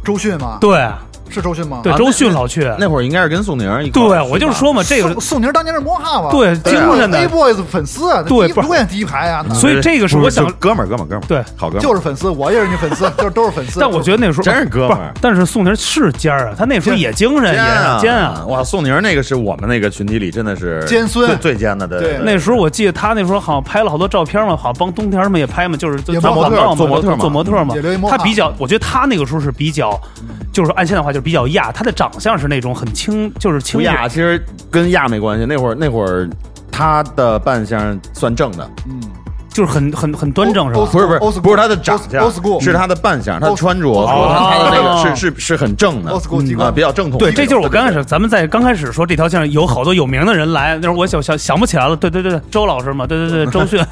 Speaker 1: 周迅吗？
Speaker 2: 对
Speaker 1: 是周迅吗？
Speaker 2: 对，
Speaker 3: 啊
Speaker 2: 周
Speaker 3: 那
Speaker 2: 迅老去。
Speaker 3: 那会儿应该是跟宋宁一块儿
Speaker 2: 对，
Speaker 3: 吧
Speaker 2: 我就是说嘛，这个
Speaker 1: 宋宋宁当年是摸哈嘛，
Speaker 2: 对
Speaker 1: 对啊
Speaker 2: 精神的
Speaker 1: A boys 粉丝啊，
Speaker 2: 对
Speaker 1: 第一
Speaker 2: 不是
Speaker 1: 永远第一排啊，
Speaker 2: 所以这个是我想
Speaker 3: 不就哥们儿，哥们儿，哥们儿，
Speaker 2: 对
Speaker 3: 好哥们儿，
Speaker 1: 就是粉丝，我也是你粉丝，就是都是粉丝。
Speaker 2: 但我觉得那时候
Speaker 3: 真是哥们儿
Speaker 2: 不是但是宋宁是尖儿啊，他那时候也精神，也
Speaker 3: 啊
Speaker 2: 尖啊。
Speaker 3: 哇，宋宁那个是我们那个群体里真的是
Speaker 1: 尖孙
Speaker 3: 最最尖的，对
Speaker 1: 对
Speaker 2: 那时候我记得他那时候好像拍了好多照片嘛，好像帮冬天儿们也拍嘛，就是
Speaker 1: 也
Speaker 2: 做
Speaker 1: 模
Speaker 2: 广
Speaker 1: 特嗯
Speaker 2: 告嘛，
Speaker 3: 做模特嘛
Speaker 2: 做模特嘛
Speaker 1: 也留一。模啊
Speaker 2: 他
Speaker 1: 特
Speaker 2: 比较，我觉得他那个时候是比较，就是按现在话就是比较亚，他的长相是那种很清，就是
Speaker 3: 不
Speaker 2: 清雅
Speaker 3: 亚，其实跟亚没关系。那会儿那会儿他的扮相算正的，
Speaker 1: 嗯，
Speaker 2: 就是很很很端正是吧
Speaker 1: Old- old？
Speaker 3: 不是不
Speaker 1: Old school
Speaker 3: 是不是他的长
Speaker 1: Old- old
Speaker 3: 相，
Speaker 1: school
Speaker 3: 是他的扮相，他的
Speaker 1: Old-
Speaker 3: 穿着
Speaker 1: old
Speaker 3: 和
Speaker 1: school
Speaker 3: 他的那
Speaker 2: 哦
Speaker 3: 个是是是很正的
Speaker 1: old school 机
Speaker 3: 啊，
Speaker 1: 关
Speaker 3: 比较正统一
Speaker 2: 对，
Speaker 3: 点。
Speaker 2: 这就是我刚开
Speaker 3: 对
Speaker 2: 始咱们在刚开始说这条线上有好多有名的人来，那时候我想想想不起来了。对对对，周老师嘛，对对对，周迅，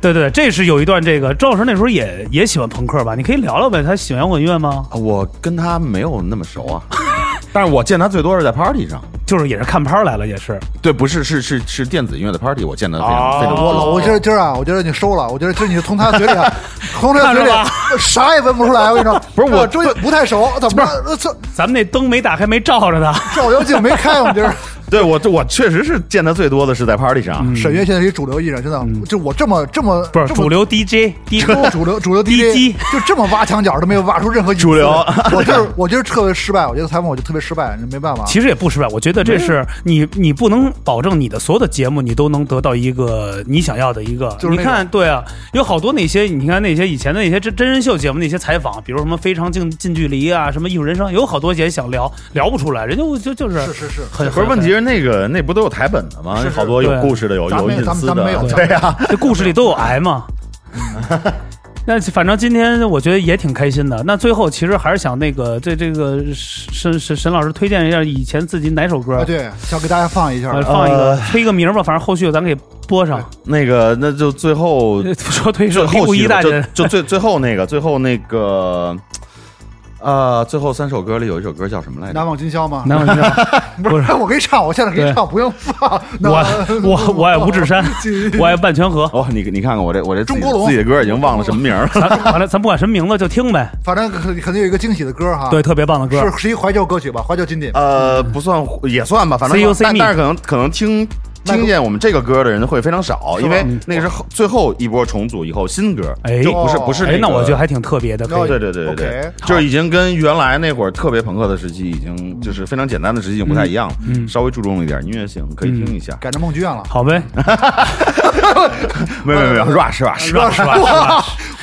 Speaker 2: 对对，这是有一段这个周老师那时候也也喜欢朋克吧？你可以聊聊呗，他喜欢摇滚乐吗？
Speaker 3: 啊我跟他没有那么熟啊， 但是我见他最多是在 party 上。
Speaker 2: 就是也是看拍儿来了，也是
Speaker 3: 对，不是，是是是电子音乐的 party，我见的非常、
Speaker 2: 哦
Speaker 3: 非常
Speaker 1: 我老
Speaker 3: 多。
Speaker 1: 我今儿今儿啊，我觉得你收了，我觉得今儿你从他嘴里 啊，从他嘴里
Speaker 2: 看着
Speaker 1: 啥也闻不出来，我跟你说，
Speaker 3: 不是我
Speaker 1: 追不太熟，怎么着？呃这
Speaker 2: 咱们那灯没打开，没照着他。
Speaker 1: 照妖镜没开，我们今儿。
Speaker 3: 对我这我确实是见的最多的是在 party 上。
Speaker 1: 沈月现在是一主流艺人，真
Speaker 3: 嗯
Speaker 1: 的，就我这么这么
Speaker 2: 不是
Speaker 1: 这么
Speaker 2: 主流 DJ DJ，
Speaker 1: 主流主流主流
Speaker 2: DJ
Speaker 1: DJ 就这么挖墙角都没有挖出任何隐私
Speaker 3: 主流
Speaker 1: 我就是我就是特别失败，我觉得采访我就特别失败，没办法。
Speaker 2: 其实也不失败。我觉得这是你你不能保证你的所有的节目你都能得到一个你想要的一个。
Speaker 1: 就是那种
Speaker 2: 你看，对啊，有好多那些你看那些以前的那些真真人秀节目那些采访，比如什么非常近近距离啊，什么艺术人生，有好多也想聊聊不出来，人家就就就是
Speaker 1: 是是是
Speaker 2: 很
Speaker 3: 不是问题。
Speaker 2: 很
Speaker 3: 是那个那不都有台本的吗？
Speaker 1: 是是
Speaker 3: 好多有
Speaker 2: 对
Speaker 3: 故事的，有
Speaker 1: 咱
Speaker 3: 有
Speaker 1: 们
Speaker 3: 隐
Speaker 1: 咱们
Speaker 3: 私
Speaker 1: 咱们没有
Speaker 3: 的，啊对呀、
Speaker 2: 这故事里都有癌 嘛。那反正今天我觉得也挺开心的。那最后其实还是想那个对这个沈沈沈老师推荐一下以前自己哪首歌
Speaker 1: 啊，，对，想给大家放一下
Speaker 2: 呃，放一个
Speaker 3: 呃
Speaker 2: 推一个名儿吧，反正后续咱给播上。
Speaker 3: 那个那就最后
Speaker 2: 说推
Speaker 3: 最
Speaker 2: 手第
Speaker 3: 后
Speaker 2: 五
Speaker 3: 期
Speaker 2: 一大
Speaker 3: 吧就
Speaker 2: 人，
Speaker 3: 就最最后那个最后那个呃最后三首歌里有一首歌叫什么来着
Speaker 1: 难？忘今宵》吗？
Speaker 2: 难忘今宵，
Speaker 1: 不 是，哎我给你唱，我现在给你唱，不用放。那
Speaker 2: 我我我爱五指 山，我爱万泉河。
Speaker 3: 哦，你你看看我这我这自
Speaker 1: 中
Speaker 3: 己
Speaker 1: 国龙
Speaker 3: 自己的歌已经忘了什么名儿了。
Speaker 2: 咱完了，咱不管什么名字就听呗。
Speaker 1: 反正肯肯定有一个惊喜的歌哈。
Speaker 3: 啊
Speaker 2: 对，，特别棒的歌。
Speaker 1: 是是一怀旧歌曲吧，怀旧经典。
Speaker 3: 呃，不算也算吧，反正
Speaker 2: See you, see
Speaker 3: 但
Speaker 2: me
Speaker 3: 但是可能可能听
Speaker 1: 麦克
Speaker 3: 听见我们这个歌的人会非常少，因为
Speaker 2: 嗯
Speaker 3: 那个是后最后一波重组以后新歌，
Speaker 2: 哎
Speaker 3: 就哦不是不是
Speaker 2: 哎，
Speaker 3: 个哦
Speaker 2: 那我觉得还挺特别的，可以
Speaker 3: 对对对对对
Speaker 1: OK，，
Speaker 3: 就是已经跟原来那会儿特别朋克的时期，已
Speaker 2: 嗯
Speaker 3: 经就是非常简单的时期已经不太一样了，稍微注重了一点音乐性，可以听一下。
Speaker 1: 改成梦剧院了。
Speaker 2: 好呗，嗯
Speaker 3: 没有没有没
Speaker 2: 呃
Speaker 3: 有，rush rush，
Speaker 2: 是吧是吧？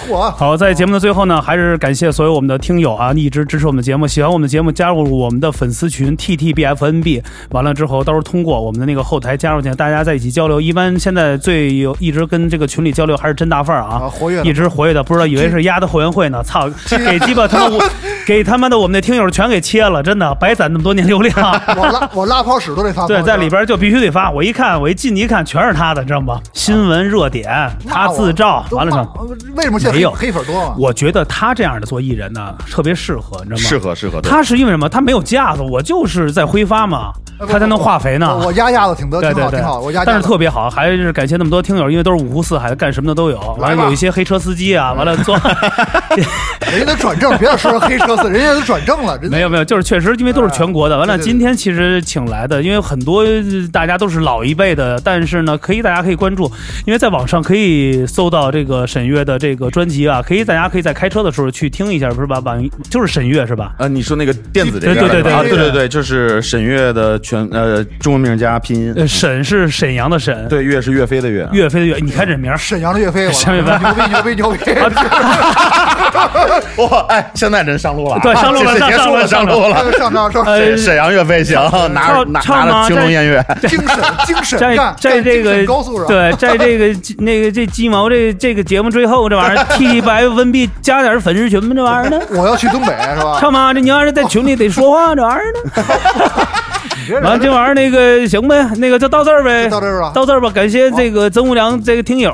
Speaker 1: 嚯，
Speaker 2: 好，在节目的最后呢，还是感谢所有我们的听友啊，一直支持我们的节目。喜欢我们的节目，加入我们的粉丝群 TTBFNB。完了之后，到时候通过我们的那个后台加入进来，大家在一起交流。一般现在最有一直跟这个群里交流还是真大范儿啊，
Speaker 1: 啊活跃的
Speaker 2: 一直活跃的，不知道以为是丫的后援会呢。操，给鸡巴他妈五给他妈的我们那听友全给切了，真的白攒那么多年 流量。
Speaker 1: 我拉我拉泡屎都得发朋
Speaker 2: 对，
Speaker 1: 友圈
Speaker 2: 在里边就必须得发。我一看，我一进去一看，全是他的，知道吗？新闻热点，
Speaker 1: 那
Speaker 2: 他
Speaker 1: 我
Speaker 2: 自照，
Speaker 1: 都
Speaker 2: 完了
Speaker 1: 骂
Speaker 2: 上。
Speaker 1: 为什么现在
Speaker 2: 没
Speaker 1: 黑
Speaker 2: 有
Speaker 1: 黑粉多啊？
Speaker 2: 我觉得他这样的做艺人呢，特别适合，你知道吗？
Speaker 3: 适合适合。对
Speaker 2: 他是因为什么？他没有架子，我就是在挥发嘛，
Speaker 1: 呃
Speaker 2: 他才能化肥呢
Speaker 1: 我。我压压的挺得
Speaker 2: 对
Speaker 1: 挺
Speaker 2: 对
Speaker 1: 好
Speaker 2: 对
Speaker 1: 挺好，我压，
Speaker 2: 但
Speaker 1: 压
Speaker 2: 是
Speaker 1: 的
Speaker 2: 特别好，还是感谢那么多听友，因为都是五湖四海的，干什么的都有。完
Speaker 1: 来吧
Speaker 2: 了有一些黑车司机啊，完了 做
Speaker 1: 人家都转正，别老说黑车司，人家都转正了，人家
Speaker 2: 没有没有，就是确实因为都是全国的。完了，
Speaker 1: 呃对对对
Speaker 2: 今天其实请来的，因为很多呃大家都是老一辈的，但是呢，可以大家可以关注，因为在网上可以搜到这个沈月的这个专辑啊，可以大家可以在开车的时候去听一下，是吧？网就是沈月是吧？
Speaker 3: 呃，你说那个电子这
Speaker 2: 对
Speaker 3: 边
Speaker 2: 对
Speaker 3: 儿
Speaker 2: 对
Speaker 3: 啊，
Speaker 2: 对
Speaker 3: 对
Speaker 2: 对
Speaker 3: 对对，就是沈月的全呃中文名加拼
Speaker 2: 呃，
Speaker 3: 音，
Speaker 2: 沈是沈阳的沈，
Speaker 3: 对，岳是岳飞的啊岳，
Speaker 2: 岳飞的岳，你看这名儿。
Speaker 1: 沈阳的岳飞，我
Speaker 2: 沈阳啊
Speaker 1: 牛逼牛逼牛逼！
Speaker 3: 哇，哎，现在真上路了啊，
Speaker 2: 对上路了
Speaker 3: 这
Speaker 2: 上
Speaker 3: 结束了，
Speaker 2: 上
Speaker 3: 上
Speaker 2: 路了
Speaker 3: 路了。
Speaker 1: 上上上上，
Speaker 2: 呃
Speaker 3: 沈沈阳岳飞行，拿拿
Speaker 2: 唱
Speaker 3: 拿
Speaker 2: 吗
Speaker 3: 着青龙 偃月，
Speaker 1: 精神精神
Speaker 2: 在
Speaker 1: 干
Speaker 2: 在
Speaker 1: 干
Speaker 2: 这
Speaker 1: 精神
Speaker 2: 个
Speaker 1: 高速上，
Speaker 2: 对，在这个那个这鸡毛这这个节目最后这玩意儿剃剃 白文笔加点粉丝群吧，这玩意儿呢？
Speaker 1: 我要去东北是吧？
Speaker 2: 他妈这你要是在群里得说话，这玩意儿呢？
Speaker 1: 你别
Speaker 2: 完了
Speaker 1: 人
Speaker 2: 这玩意儿那个行呗，那个就到这儿呗，
Speaker 1: 就到这儿吧
Speaker 2: 到这儿吧。感谢这个曾无良这个听友，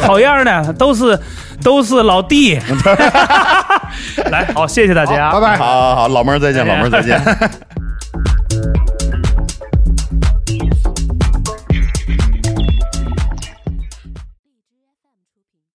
Speaker 2: 好样的，都是都是 老弟。 来，好，谢谢大家，
Speaker 1: 拜拜。
Speaker 2: 啊
Speaker 3: 好好好，老妹儿再见，老妹儿再见。